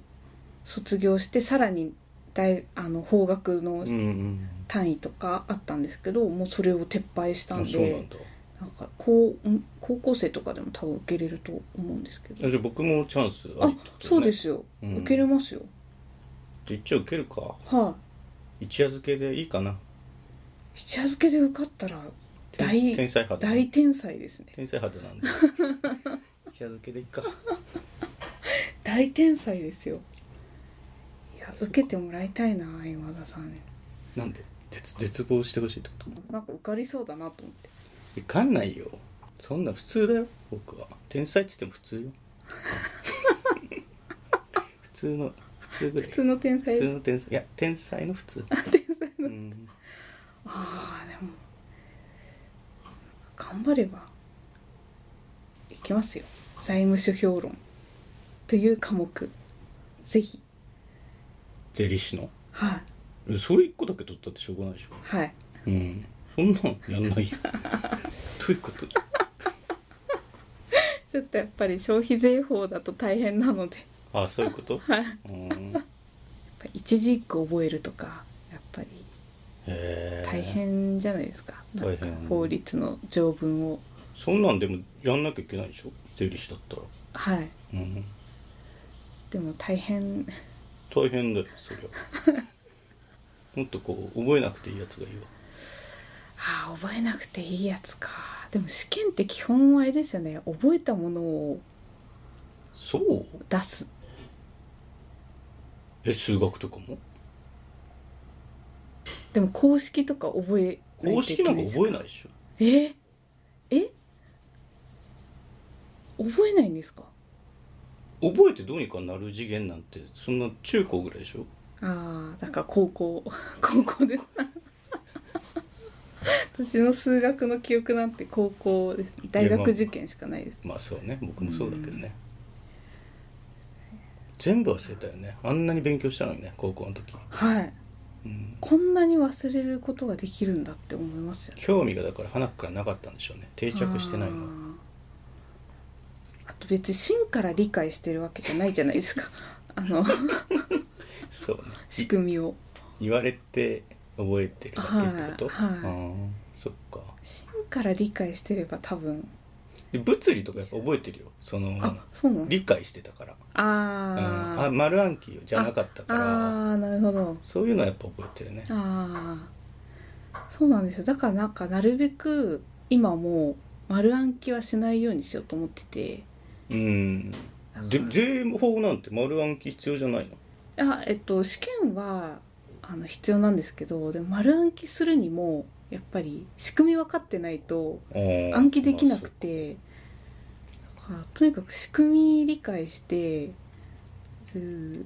Speaker 2: 卒業してさらに大あの法学の
Speaker 1: うんうん
Speaker 2: 単位とかあったんですけど、もうそれを撤廃したん
Speaker 1: あ
Speaker 2: で
Speaker 1: そうなんだ
Speaker 2: なんか高ん高校生とかでも多分受けれると思うんですけど、
Speaker 1: あじゃあ僕もチャンスあ
Speaker 2: あ
Speaker 1: りってことね
Speaker 2: そうですよ、
Speaker 1: うん
Speaker 2: 受けれますよ
Speaker 1: じゃあ一応受けるか
Speaker 2: は、
Speaker 1: 一夜漬けでいいかない
Speaker 2: 一夜漬けで受かったら
Speaker 1: 天天
Speaker 2: 大
Speaker 1: 才肌
Speaker 2: 大天才ですね
Speaker 1: 天才肌なん
Speaker 2: [laughs]
Speaker 1: で一夜漬けでいいか
Speaker 2: 大天才ですよいや受けてもらいたいな今田さん
Speaker 1: なんで絶絶望してほしいってこと
Speaker 2: なんか受かりそうだなと思って
Speaker 1: いかんないよそんな普通だよ僕は天才っつっても普通よ [laughs] 普通の普通ぐらい
Speaker 2: 普通の天才
Speaker 1: 普
Speaker 2: で
Speaker 1: 通の天
Speaker 2: す
Speaker 1: 才いや天才の普通天才の、うん、
Speaker 2: ああでも頑張ればいけますよ財務諸評論という科目ぜひ
Speaker 1: 税理士の
Speaker 2: はい
Speaker 1: えそれ一個だけ取ったってしょうがないでしょ
Speaker 2: はい
Speaker 1: うんそんなんやん [laughs] ないよどういうこと
Speaker 2: ちょっとやっぱり消費税法だと大変なので
Speaker 1: あそういうこと
Speaker 2: はいやっ
Speaker 1: うん
Speaker 2: ぱ一字一句覚えるとかやっぱり
Speaker 1: へえ
Speaker 2: 大変じゃないですか,、
Speaker 1: 大変
Speaker 2: なんか法律の条文を
Speaker 1: そんなんでもやんなきゃいけないでしょ税理士だったら
Speaker 2: はい
Speaker 1: うん
Speaker 2: でも大変
Speaker 1: 大変だよそりゃ [laughs] もっとこう覚えなくていいやつがいいわ
Speaker 2: ああ覚えなくていいやつかでも試験って基本はあれですよね覚えたものを
Speaker 1: そう
Speaker 2: 出す
Speaker 1: え数学とかも
Speaker 2: でも公式とか覚えない
Speaker 1: 公
Speaker 2: とい
Speaker 1: 式
Speaker 2: け
Speaker 1: な
Speaker 2: なん
Speaker 1: か
Speaker 2: いです
Speaker 1: 覚えないでしょ
Speaker 2: ええ覚えないんですか
Speaker 1: 覚えてどうにかなる次元なんてそんな中高ぐらいでしょ
Speaker 2: ああだから高校 [laughs] 高校です私の数学の記憶なんて高校です大
Speaker 1: いやま
Speaker 2: 学
Speaker 1: あ
Speaker 2: 受験しかないです
Speaker 1: まあそうね僕もそうだけどね、全部忘れたよねあんなに勉強したのにね高校の時、
Speaker 2: はい
Speaker 1: うん、
Speaker 2: こんなに忘れることができるんだって思いますよね
Speaker 1: 興味がだから花からなかったんでしょうね定着してないのは
Speaker 2: あーあと別に芯から理解してるわけじゃないじゃないで
Speaker 1: [laughs]
Speaker 2: すかあの
Speaker 1: そうね
Speaker 2: 仕組みを
Speaker 1: い言われて覚えてるだけってこと、
Speaker 2: はいはい
Speaker 1: あーそっか
Speaker 2: 芯から理解してれば多分
Speaker 1: で物理とかやっぱ覚えてるよその
Speaker 2: あそうなの
Speaker 1: 理解してたからうん
Speaker 2: あー
Speaker 1: あ丸暗記じゃなかったから
Speaker 2: あーなるほど
Speaker 1: そういうのはやっぱ覚えてるね
Speaker 2: ああそうなんですよだからなんかなるべく今もう丸暗記はしないようにしようと思ってて
Speaker 1: うんで税法なんて丸暗記必要じゃないの
Speaker 2: あえっと試験はあの必要なんですけどでも丸暗記するにもやっぱり仕組み分かってないと
Speaker 1: あー
Speaker 2: 暗記できなくてだからとにかく仕組み理解してず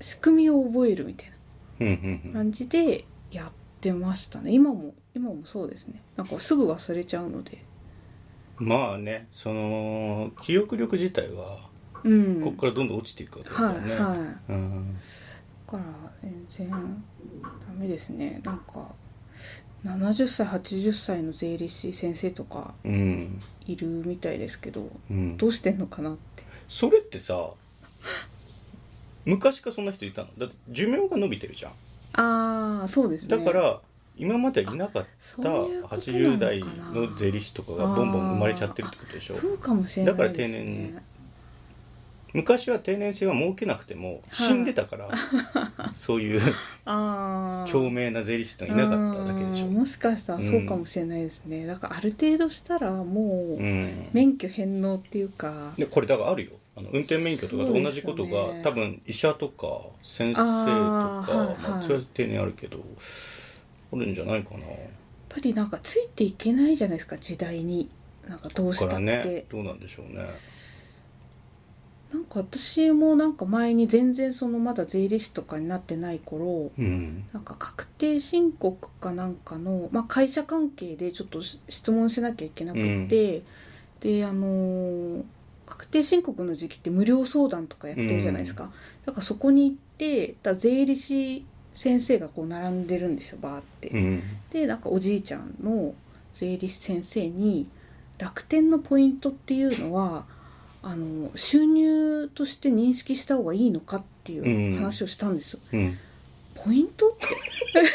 Speaker 2: 仕組みを覚えるみたいな
Speaker 1: うんうんうん
Speaker 2: 感じでやってましたね今も今もそうですねなんかすぐ忘れちゃうので
Speaker 1: まあねその記憶力自体は
Speaker 2: うん
Speaker 1: ここからどんどん落ちていくわけだからね、
Speaker 2: はいはいだ
Speaker 1: うん
Speaker 2: から全然ダメですねなんか70歳80歳の税理士先生とか
Speaker 1: うん
Speaker 2: いるみたいですけど
Speaker 1: うん
Speaker 2: どうしてんのかなって
Speaker 1: それってさ昔からそんな人いたのだって寿命が伸びてるじゃん
Speaker 2: ああそうですね
Speaker 1: だから今までいなかっ
Speaker 2: そう
Speaker 1: た
Speaker 2: いうことなのかな
Speaker 1: 80代の税理士とかがボンボン生まれちゃってるってことでしょ
Speaker 2: そうかもしれない
Speaker 1: だから定年昔は定年制は設けなくても
Speaker 2: はい
Speaker 1: 死んでたから、
Speaker 2: [laughs]
Speaker 1: そういう
Speaker 2: ああ
Speaker 1: 著名な税理士ってのはいなかっただけでしょ
Speaker 2: もしかしたらそうかもしれないですね、だからある程度したらも
Speaker 1: う
Speaker 2: うん免許返納っていうか、
Speaker 1: でこれだからあるよあの運転免許とかと同じこと
Speaker 2: そうです
Speaker 1: が、
Speaker 2: よね
Speaker 1: 多分医者とか先生とか
Speaker 2: あーはい
Speaker 1: ま
Speaker 2: は
Speaker 1: あ、
Speaker 2: い
Speaker 1: それは定年あるけどあるんじゃないかな
Speaker 2: やっぱりなんかついていけないじゃないですか時代になんかどう
Speaker 1: だか
Speaker 2: したっ
Speaker 1: ら
Speaker 2: て、
Speaker 1: ねどうなんでしょうね
Speaker 2: なんか私もなんか前に全然そのまだ税理士とかになってない頃
Speaker 1: うん
Speaker 2: なんか確定申告かなんかの、まあ、会社関係でちょっとし質問しなきゃいけなくて、であのー確定申告の時期って無料相談とかやってるじゃないですか、だからそこに行ってだから税理士先生がこう並んでるんですよバーって、
Speaker 1: うん
Speaker 2: でなんかおじいちゃんの税理士先生に楽天のポイントっていうのはあの収入として認識した方がいいのかっていう話をしたんですよ。
Speaker 1: うん
Speaker 2: ポイントって [laughs]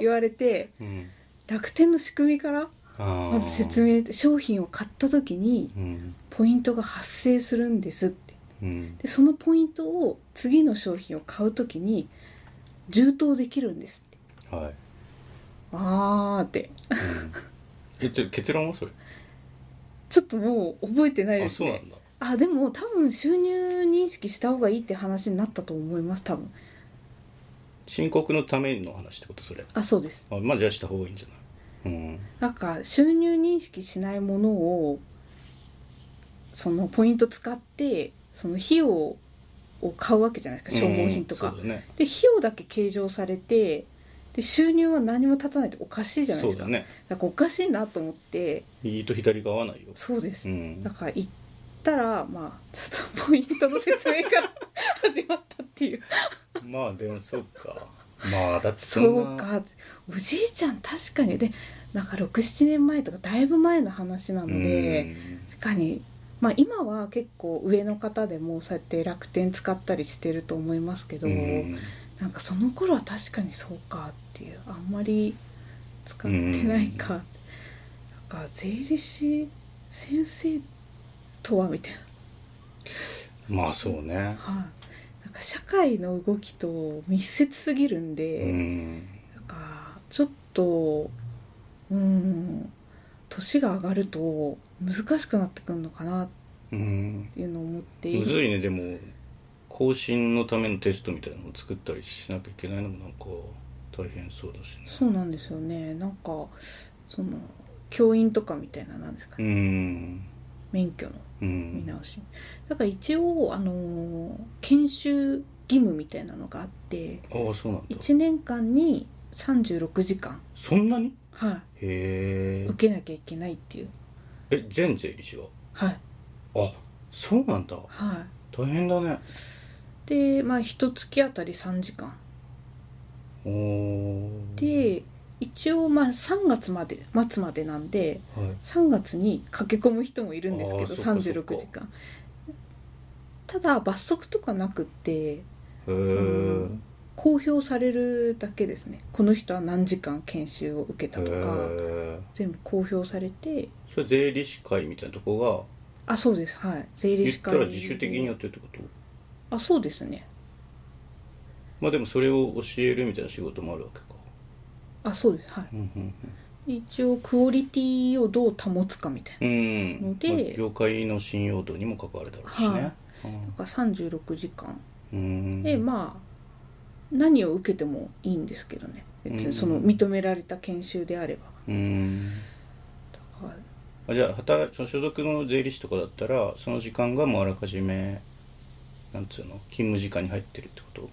Speaker 2: 言われて
Speaker 1: うん
Speaker 2: 楽天の仕組みから
Speaker 1: あー
Speaker 2: まず説明して商品を買った時に
Speaker 1: うん
Speaker 2: ポイントが発生するんですって
Speaker 1: うん
Speaker 2: でそのポイントを次の商品を買う時に充当できるんですって
Speaker 1: はい、
Speaker 2: あーって
Speaker 1: うん、えじゃあ結論はそれ
Speaker 2: ちょっともう覚えてない
Speaker 1: あ
Speaker 2: です
Speaker 1: そうな
Speaker 2: ね
Speaker 1: んだ
Speaker 2: あでも多分収入認識した方がいいって話になったと思います多分
Speaker 1: 申告のための話ってことそれ
Speaker 2: あそうです
Speaker 1: あまあじゃあした方がいいんじゃないうん
Speaker 2: なんか収入認識しないものをそのポイント使ってその費用を買うわけじゃないですか消耗品とか、
Speaker 1: うんそうだね
Speaker 2: で費用だけ計上されてで収入は何も立たないとおかしいじゃない
Speaker 1: そ
Speaker 2: で
Speaker 1: う
Speaker 2: すか
Speaker 1: だね
Speaker 2: なんかおかしいなと思って
Speaker 1: 右と左が合わないよ
Speaker 2: そうです、
Speaker 1: うん
Speaker 2: [laughs] だから行ったらまあちょっとポイントの説明から始まったっていう
Speaker 1: まあでもそうかまあだ [laughs] ってそ
Speaker 2: そ
Speaker 1: んな
Speaker 2: うかおじいちゃん確かにでなんか67年前とかだいぶ前の話なので、確かにまあ今は結構上の方でもそうやって楽天使ったりしてると思いますけど、
Speaker 1: うんうん
Speaker 2: なんかその頃は確かにそうかっていうあんまり使ってないか、なんか税理士先生とはみたいな
Speaker 1: まあそうね
Speaker 2: はい、なんか社会の動きと密接すぎるんで、
Speaker 1: うん
Speaker 2: なんかちょっとうん年が上がると難しくなってくるのかなっ
Speaker 1: うん
Speaker 2: ていうのを思って
Speaker 1: むずいねでも更新のためのテストみたいなのを作ったりしなきゃいけないのもなんか大変そうだしね
Speaker 2: そうなんですよねなんかその教員とかみたいななんですか、
Speaker 1: う
Speaker 2: ね
Speaker 1: ん
Speaker 2: 免許の
Speaker 1: う
Speaker 2: 見
Speaker 1: ん
Speaker 2: 直し、だから一応あのー研修義務みたいなのがあって
Speaker 1: ああそうなんだ
Speaker 2: 1年間に36時間、
Speaker 1: そんなに
Speaker 2: は
Speaker 1: へ
Speaker 2: い、
Speaker 1: ー
Speaker 2: 受けなきゃいけないっていう
Speaker 1: え全税理士は
Speaker 2: はい
Speaker 1: あそうなんだ
Speaker 2: はい
Speaker 1: 大変だね
Speaker 2: でまあ一月あたり3時間
Speaker 1: おー
Speaker 2: で一応まあ3月まで末までなんで
Speaker 1: はい
Speaker 2: 3月に駆け込む人もいるんですけ
Speaker 1: あーそ
Speaker 2: ど
Speaker 1: っかそっ
Speaker 2: 36
Speaker 1: か
Speaker 2: 時間ただ罰則とかなくって
Speaker 1: へ
Speaker 2: あ
Speaker 1: ー
Speaker 2: の公表されるだけですねこの人は何時間研修を受けたと
Speaker 1: へ
Speaker 2: か
Speaker 1: ー
Speaker 2: 全部公表されて
Speaker 1: それ税理士会みたいなとこ
Speaker 2: あそうですはい税
Speaker 1: が
Speaker 2: 理
Speaker 1: 言っ
Speaker 2: 士
Speaker 1: た
Speaker 2: 会
Speaker 1: ら自主的にやってるってこと
Speaker 2: あそうですね
Speaker 1: まあでもそれを教えるみたいな仕事もあるわけか
Speaker 2: あそうですはい
Speaker 1: うんうん
Speaker 2: 一応クオリティをどう保つかみたいな
Speaker 1: うんうん
Speaker 2: ので
Speaker 1: まあ業界の信用度にも関わるだろうしね、
Speaker 2: はいなんか36時間
Speaker 1: うん
Speaker 2: でまあ何を受けてもいいんですけどね別
Speaker 1: うん
Speaker 2: にその認められた研修であれば、
Speaker 1: うん
Speaker 2: だから
Speaker 1: あじゃあ働いその所属の税理士とかだったらその時間がもうあらかじめなんつうの勤務時間に入ってるってこと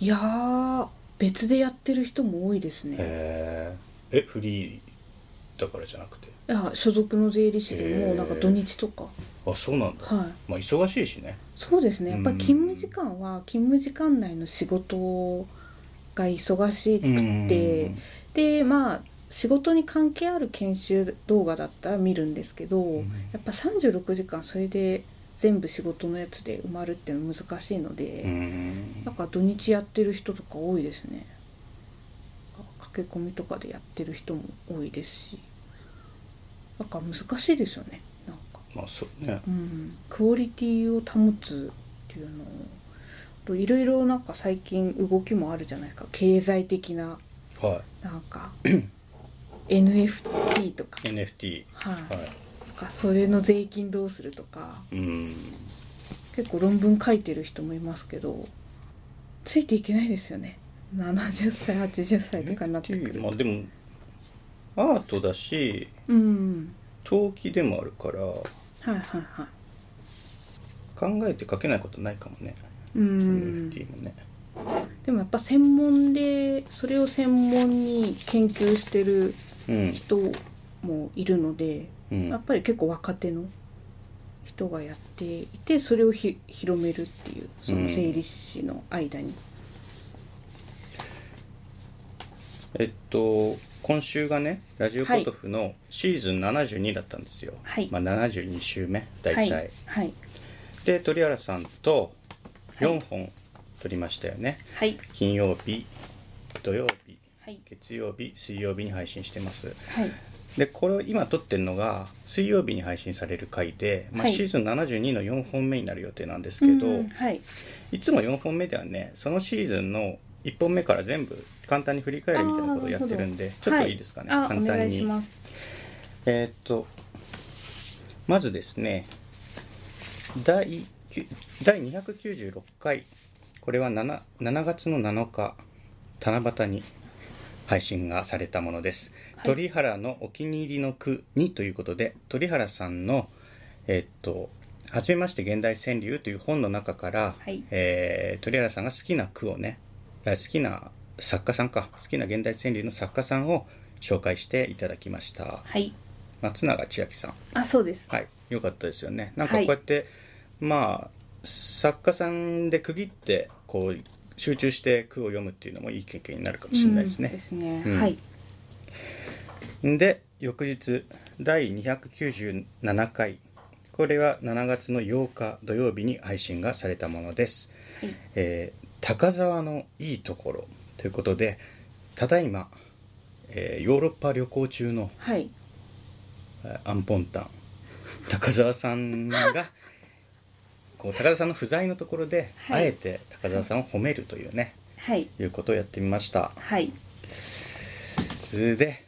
Speaker 2: いやー別でやってる人も多いですね
Speaker 1: へええフリーだからじゃなくて
Speaker 2: いや所属の税理士で
Speaker 1: へー
Speaker 2: もなんか土日とか
Speaker 1: あそうなんだ
Speaker 2: はい
Speaker 1: まあ忙しいしね
Speaker 2: そうですねやっぱ
Speaker 1: うん
Speaker 2: り勤務時間は勤務時間内の仕事が忙しくて、
Speaker 1: うん
Speaker 2: でまあ仕事に関係ある研修動画だったら見るんですけど、
Speaker 1: ん
Speaker 2: やっぱ36時間それで全部仕事のやつで埋まるっていうの難しいので、
Speaker 1: うん
Speaker 2: なんか土日やってる人とか多いですね駆け込みとかでやってる人も多いですしなんか難しいですよねなんか
Speaker 1: まあそうね
Speaker 2: うん、クオリティを保つっていうのをあといろいろなんか最近動きもあるじゃないですか経済的な
Speaker 1: は
Speaker 2: なん [clears throat] か NFT とか
Speaker 1: い NFT
Speaker 2: はい、
Speaker 1: は
Speaker 2: とかそれの税金どうするとか
Speaker 1: いうん
Speaker 2: 結構論文書いてる人もいますけどついていけないですよね70歳80歳とかになってく
Speaker 1: NFT
Speaker 2: る
Speaker 1: ま
Speaker 2: と
Speaker 1: あでもアートだし
Speaker 2: うん
Speaker 1: 陶器でもあるから
Speaker 2: はいはいはい
Speaker 1: 考えて書けないことないかもね
Speaker 2: うん
Speaker 1: NFT もね
Speaker 2: でもやっぱ専門でそれを専門に研究してる
Speaker 1: うん
Speaker 2: 人もいるので
Speaker 1: うん
Speaker 2: やっぱり結構若手の人がやっていてそれをひ広めるっていうその税理士の間に、
Speaker 1: えっと今週がねラジオポトフのシーズン72だったんですよ、
Speaker 2: はい
Speaker 1: まあ、72週目大
Speaker 2: は
Speaker 1: 体、
Speaker 2: いはい
Speaker 1: で鳥原さんと
Speaker 2: はい
Speaker 1: 4本撮りましたよね、
Speaker 2: はい
Speaker 1: 金曜日土曜日
Speaker 2: はい
Speaker 1: 月曜日水曜日に配信してます
Speaker 2: はい
Speaker 1: でこれを今撮ってるのが水曜日に配信される回で、まあ、
Speaker 2: はい
Speaker 1: シーズン72の4本目になる予定なんですけど、
Speaker 2: うんはい
Speaker 1: いつも4本目ではねそのシーズンの1本目から全部簡単に振り返るみたいなことをやってるんでちょっといいですかね、
Speaker 2: はいあ
Speaker 1: 簡
Speaker 2: お願
Speaker 1: 単
Speaker 2: いし
Speaker 1: に
Speaker 2: ます
Speaker 1: えーっとまずですね第9第296回これは 7, 7月の7日七夕に配信がされたものです、
Speaker 2: はい
Speaker 1: 鳥原のお気に入りの句にということで鳥原さんのえーっと「はじめまして現代川柳」という本の中から、
Speaker 2: はい
Speaker 1: えー鳥原さんが好きな句をねあ好きな作家さんか好きな現代川柳の作家さんを紹介していただきました
Speaker 2: はい
Speaker 1: 松永千明さん
Speaker 2: あそうです
Speaker 1: はい良かったですよねなんかこう
Speaker 2: はい
Speaker 1: やって、まあ作家さんで区切ってこう集中して句を読むっていうのもいい経験になるかもしれないです
Speaker 2: うんで
Speaker 1: ね、
Speaker 2: すね、
Speaker 1: うん
Speaker 2: はい
Speaker 1: で翌日第297回これは7月の8日土曜日に配信がされたものです、
Speaker 2: はい
Speaker 1: えー高沢のいいところということでただいま、えーヨーロッパ旅行中の
Speaker 2: はい
Speaker 1: えーアンポンタン高澤さんがこう高澤さんの不在のところで、
Speaker 2: はい
Speaker 1: あえて高澤さんを褒めるというね
Speaker 2: はい
Speaker 1: いうことをやってみました
Speaker 2: はい
Speaker 1: で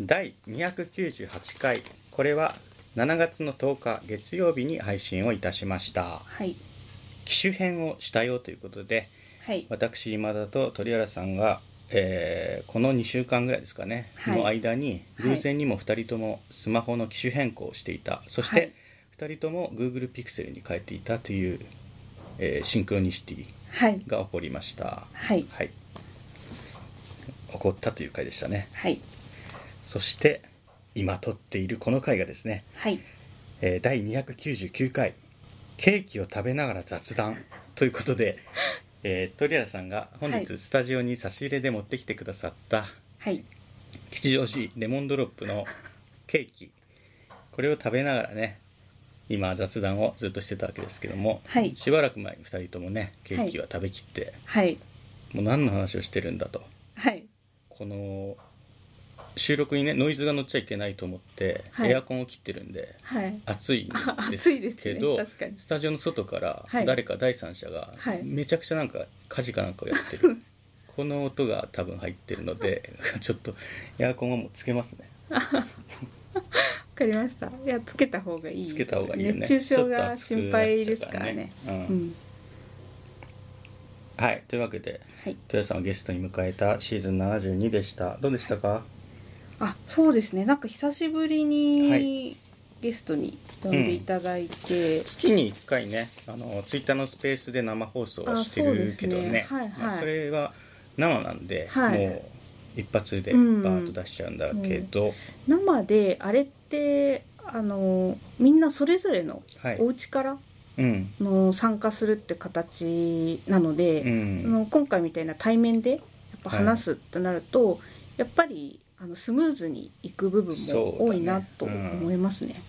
Speaker 1: 第298回これは7月の10日月曜日に配信をいたしました
Speaker 2: はい
Speaker 1: 機種編をしたよということで
Speaker 2: はい
Speaker 1: 私今田と鳥原さんが、えーこの2週間ぐらいですかね、
Speaker 2: はい
Speaker 1: の間に
Speaker 2: は
Speaker 1: 偶
Speaker 2: い
Speaker 1: 然にも2人ともスマホの機種変更をしていた、そし
Speaker 2: はい
Speaker 1: て2人とも Google ピクセルに変えていたという、えーシンクロニシティ
Speaker 2: はい
Speaker 1: が起こりました
Speaker 2: はい
Speaker 1: はい起こったという回でしたね
Speaker 2: はい
Speaker 1: そして今撮っているこの回がですね、
Speaker 2: はい
Speaker 1: えー第299回「ケーキを食べながら雑談」ということで、えー、鳥原さんが本
Speaker 2: は
Speaker 1: 日
Speaker 2: い
Speaker 1: スタジオに差し入れで持ってきてくださった
Speaker 2: はい
Speaker 1: 吉祥寺レモンドロップのケーキこれを食べながらね今雑談をずっとしてたわけですけども、
Speaker 2: はい
Speaker 1: しばらく前に2人ともねケーキは食べきって、
Speaker 2: はい
Speaker 1: もう何の話をしてるんだと
Speaker 2: はい
Speaker 1: この収録にねノイズが乗っちゃいけないと思って、
Speaker 2: はい
Speaker 1: エアコンを切ってるんで
Speaker 2: はい
Speaker 1: 暑いん
Speaker 2: [laughs] あ
Speaker 1: です
Speaker 2: 暑いです
Speaker 1: け
Speaker 2: ね
Speaker 1: ど
Speaker 2: 確かに
Speaker 1: スタジオの外から
Speaker 2: はい
Speaker 1: 誰か第三者が
Speaker 2: はい
Speaker 1: めちゃくちゃなんか火事かなんかをやってる、
Speaker 2: [laughs]
Speaker 1: この音が多分入ってるので [laughs] ちょっとエアコンはもうつけますね
Speaker 2: わかりました。いやつけた方がいい。
Speaker 1: つけた方がいいよね
Speaker 2: 熱中症
Speaker 1: ちょっと
Speaker 2: が
Speaker 1: 暑くなっ
Speaker 2: 心配ですからね。
Speaker 1: ちゃうからねう
Speaker 2: うんん。
Speaker 1: はいというわけで
Speaker 2: はい。
Speaker 1: 豊さんをゲストに迎えたシーズン72でしたどうでしたか
Speaker 2: あ、そうですね。なんか久しぶり
Speaker 1: は
Speaker 2: にゲストに呼んでいただいて、
Speaker 1: 月に1回ねあのツイッターのスペースで生放送はして
Speaker 2: あそうで
Speaker 1: る
Speaker 2: す
Speaker 1: け
Speaker 2: ね
Speaker 1: どね
Speaker 2: はいはい
Speaker 1: まあ、それは生なんで、
Speaker 2: はい
Speaker 1: もう一発でバ
Speaker 2: う
Speaker 1: ー
Speaker 2: ん
Speaker 1: ッと出しちゃうんだけど、
Speaker 2: 生であれってあのみんなそれぞれの
Speaker 1: はい
Speaker 2: お家から
Speaker 1: うん
Speaker 2: の参加するって形なので。
Speaker 1: うん
Speaker 2: あの今回みたいな対面でやっぱ話すってなると、やっぱりあのスムーズにいく部分
Speaker 1: そうだね
Speaker 2: も多いなと思いますね。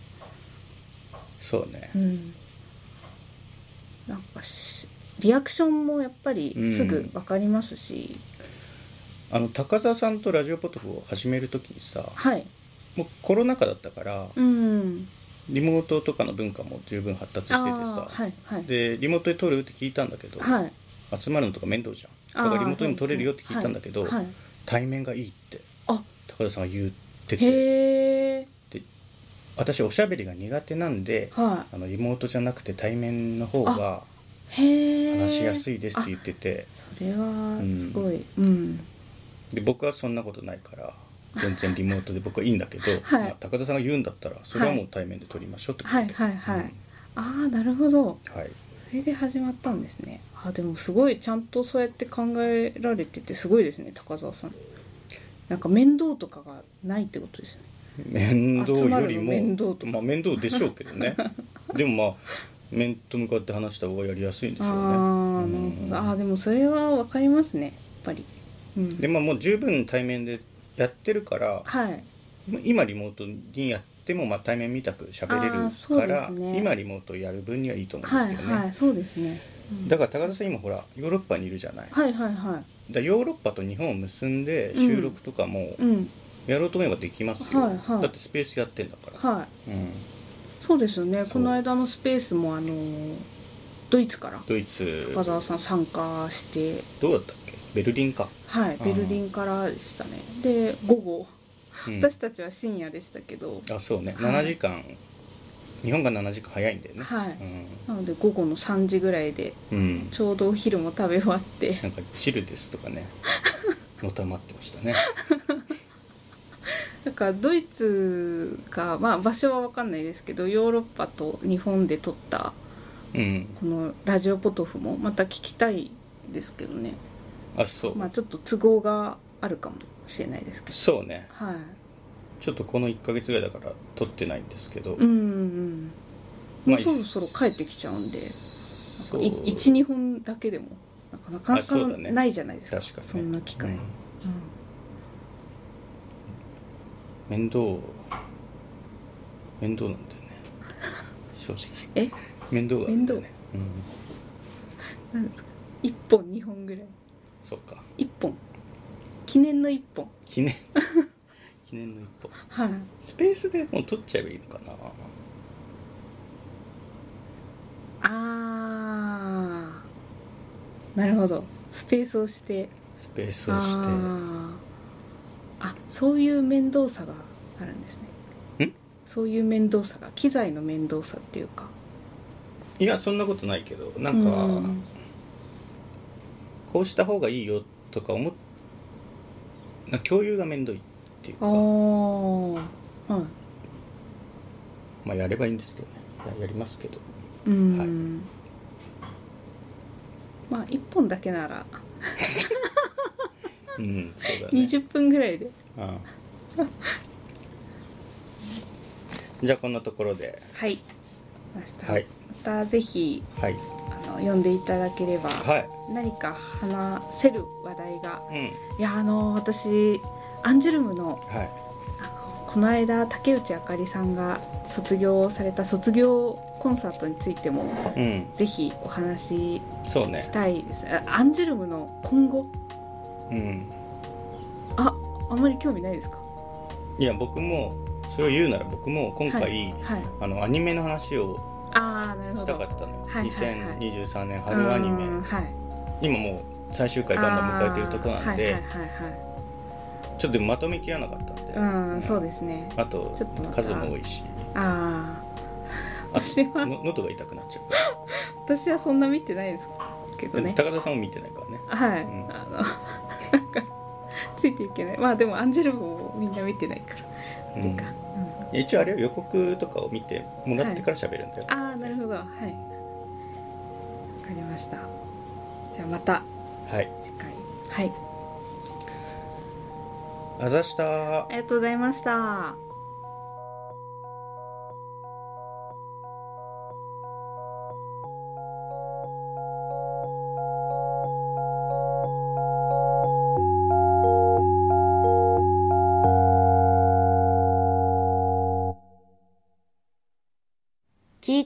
Speaker 1: そうね
Speaker 2: うんなんかしリアクションもやっぱりすぐ分かりますし、
Speaker 1: あの高澤さんとラジオポトフを始めるときにさ
Speaker 2: はい
Speaker 1: もうコロナ禍だったから
Speaker 2: うん
Speaker 1: リモートとかの文化も十分発達してて
Speaker 2: あ
Speaker 1: さ、
Speaker 2: ーはいはい
Speaker 1: でリモートで撮るって聞いたんだけど、
Speaker 2: はい
Speaker 1: 集まるのとか面倒じゃん
Speaker 2: あ
Speaker 1: だ
Speaker 2: ー
Speaker 1: からリモートに撮れるよって聞いたんだけど、
Speaker 2: はいはい
Speaker 1: 対面がいいって
Speaker 2: あ
Speaker 1: 高田さんが言ってて
Speaker 2: へえ
Speaker 1: 私おしゃべりが苦手なんで
Speaker 2: は
Speaker 1: あのリモートじゃなくて対面の方が
Speaker 2: いへえ
Speaker 1: 話しやす
Speaker 2: い
Speaker 1: いですって言ってて、
Speaker 2: それはすごいうん
Speaker 1: で僕はそんなことないから全然リモートで僕はいいんだけど、
Speaker 2: はい
Speaker 1: まあ高田さんが言うんだったらそれはもう対面で撮りましょうってこと
Speaker 2: はい
Speaker 1: で、
Speaker 2: はいは
Speaker 1: うん
Speaker 2: いああなるほど
Speaker 1: はい、
Speaker 2: それで始まったんですねあでもすごいちゃんとそうやって考えられててすごいですね高澤さんなんか面倒とかがないってことですね
Speaker 1: 面倒より
Speaker 2: 集
Speaker 1: も
Speaker 2: まるの面倒とか
Speaker 1: まあ、面倒でしょうけど
Speaker 2: [laughs]
Speaker 1: ねでもまあ面と向かって話した方がやりやすいんでしょうね
Speaker 2: ああなるほどああーでもそれは分かりますねやっぱりうん
Speaker 1: でまあもう十分対面でやってるから
Speaker 2: はい
Speaker 1: 今リモートにやってもまあ対面みたく喋れ
Speaker 2: あー
Speaker 1: る
Speaker 2: そう
Speaker 1: か
Speaker 2: で
Speaker 1: ら、
Speaker 2: すね
Speaker 1: 今リモートやる分にはいいと思うんです
Speaker 2: は
Speaker 1: け
Speaker 2: い
Speaker 1: どね、
Speaker 2: はいそうですね、うん
Speaker 1: だから高田さん今ほらヨーロッパにいるじゃない、だか
Speaker 2: はいはいはい
Speaker 1: らヨーロッパと日本を結んで収録とかも
Speaker 2: うん
Speaker 1: やろうと思えばできますよ、
Speaker 2: はいはい
Speaker 1: だってスペースやってんだから、
Speaker 2: はい
Speaker 1: うん、
Speaker 2: そうですよね
Speaker 1: そう
Speaker 2: この間のスペースもあのードイツから
Speaker 1: ドイツ
Speaker 2: 高澤さん参加して
Speaker 1: どうだったっけベルリンか、
Speaker 2: はい
Speaker 1: ー
Speaker 2: ベルリンからでしたねで午後
Speaker 1: うん
Speaker 2: 私たちは深夜でしたけど、
Speaker 1: あそうね、
Speaker 2: はい
Speaker 1: 7時間日本が7時間早いんだよね、
Speaker 2: はいなので午後の3時ぐらいで
Speaker 1: うん、うん、
Speaker 2: ちょうどお昼も食べ終わって [laughs]
Speaker 1: なんか「チルです」とかねのたまってましたね
Speaker 2: だからドイツが、まあ、場所は分かんないですけどヨーロッパと日本で撮った
Speaker 1: うん
Speaker 2: この「ラジオポトフ」もまた聞きたいですけどね
Speaker 1: あそう、
Speaker 2: まあちょっと都合があるかもしれないですけど
Speaker 1: そうね
Speaker 2: はい
Speaker 1: ちょっとこの1ヶ月ぐらいだから撮ってないんですけど、
Speaker 2: うんうんうん
Speaker 1: ま
Speaker 2: も
Speaker 1: あ
Speaker 2: うそろそろ帰ってきちゃうんで
Speaker 1: そう
Speaker 2: 12本だけでもなんかなかな
Speaker 1: あそうだ
Speaker 2: か
Speaker 1: ね
Speaker 2: ないじゃないですか
Speaker 1: 確かにね
Speaker 2: そんな機会、
Speaker 1: うん
Speaker 2: うん
Speaker 1: 面倒面倒なんだよね正直
Speaker 2: え
Speaker 1: 面倒があるんだよねうん
Speaker 2: なんですか1本2本ぐらい
Speaker 1: そっか
Speaker 2: 1本記念の1本
Speaker 1: 記
Speaker 2: [laughs]
Speaker 1: 念記念の一歩
Speaker 2: はい
Speaker 1: スペースでもう撮っちゃえばいいのかな
Speaker 2: あーなるほどスペースをして
Speaker 1: スペースをして
Speaker 2: あーあそういう面倒さがあるんですね
Speaker 1: ん
Speaker 2: そういう面倒さが機材の面倒さっていうか
Speaker 1: いやそんなことないけどな
Speaker 2: なん
Speaker 1: かこうした方がいいよとか思っなんか共有が面倒いっていう
Speaker 2: あ
Speaker 1: か
Speaker 2: ーはい
Speaker 1: まあやればいいんですけどねややりますけど
Speaker 2: うん、まあ1本だけなら
Speaker 1: うんそうだね
Speaker 2: 20分ぐらいで
Speaker 1: うんじゃあこんなところで
Speaker 2: はいました、
Speaker 1: はい
Speaker 2: またぜひ
Speaker 1: はい
Speaker 2: あの読んでいただければ
Speaker 1: はい
Speaker 2: 何か話せる話題が
Speaker 1: うん
Speaker 2: いやあの私アンジュルムの
Speaker 1: はい
Speaker 2: この間竹内あかりさんが卒業された卒業コンサートについても
Speaker 1: うん
Speaker 2: ぜひお話し
Speaker 1: そうね
Speaker 2: したいです、あアンジュルムの今後
Speaker 1: うん
Speaker 2: ああんまり興味ないですか
Speaker 1: いや僕もそれを言うなら僕も今回、
Speaker 2: はい、はい、
Speaker 1: あのアニメの話を
Speaker 2: ああなるほ
Speaker 1: し
Speaker 2: ど
Speaker 1: たかったのよ、
Speaker 2: はいはいはい
Speaker 1: 2023年春アニメ、
Speaker 2: うんはい、
Speaker 1: 今もう最終回バンバン迎えてるとこなんで、
Speaker 2: あーはいはいはい
Speaker 1: ちょっとまとめきらなかったんで、
Speaker 2: はいうんそうですね
Speaker 1: あと
Speaker 2: ちょっとまた
Speaker 1: 数も多いし
Speaker 2: あ
Speaker 1: あ
Speaker 2: あ私は
Speaker 1: の喉が痛くなっちゃうか
Speaker 2: 私はそんな見てないですけど
Speaker 1: ら、
Speaker 2: ね
Speaker 1: 高田さんも見てないからね
Speaker 2: はい、
Speaker 1: うん
Speaker 2: あの [laughs] なんかついていけないまあでもアンジェルボをみんな見てないから、
Speaker 1: う
Speaker 2: いい
Speaker 1: ん
Speaker 2: か、うん
Speaker 1: で一応あれは予告とかを見てもらってから喋るんだよ、
Speaker 2: ああなるほどはいわかりましたじゃあまた
Speaker 1: はい
Speaker 2: 次回はい
Speaker 1: あざした
Speaker 2: ありがとうございました
Speaker 3: 聞い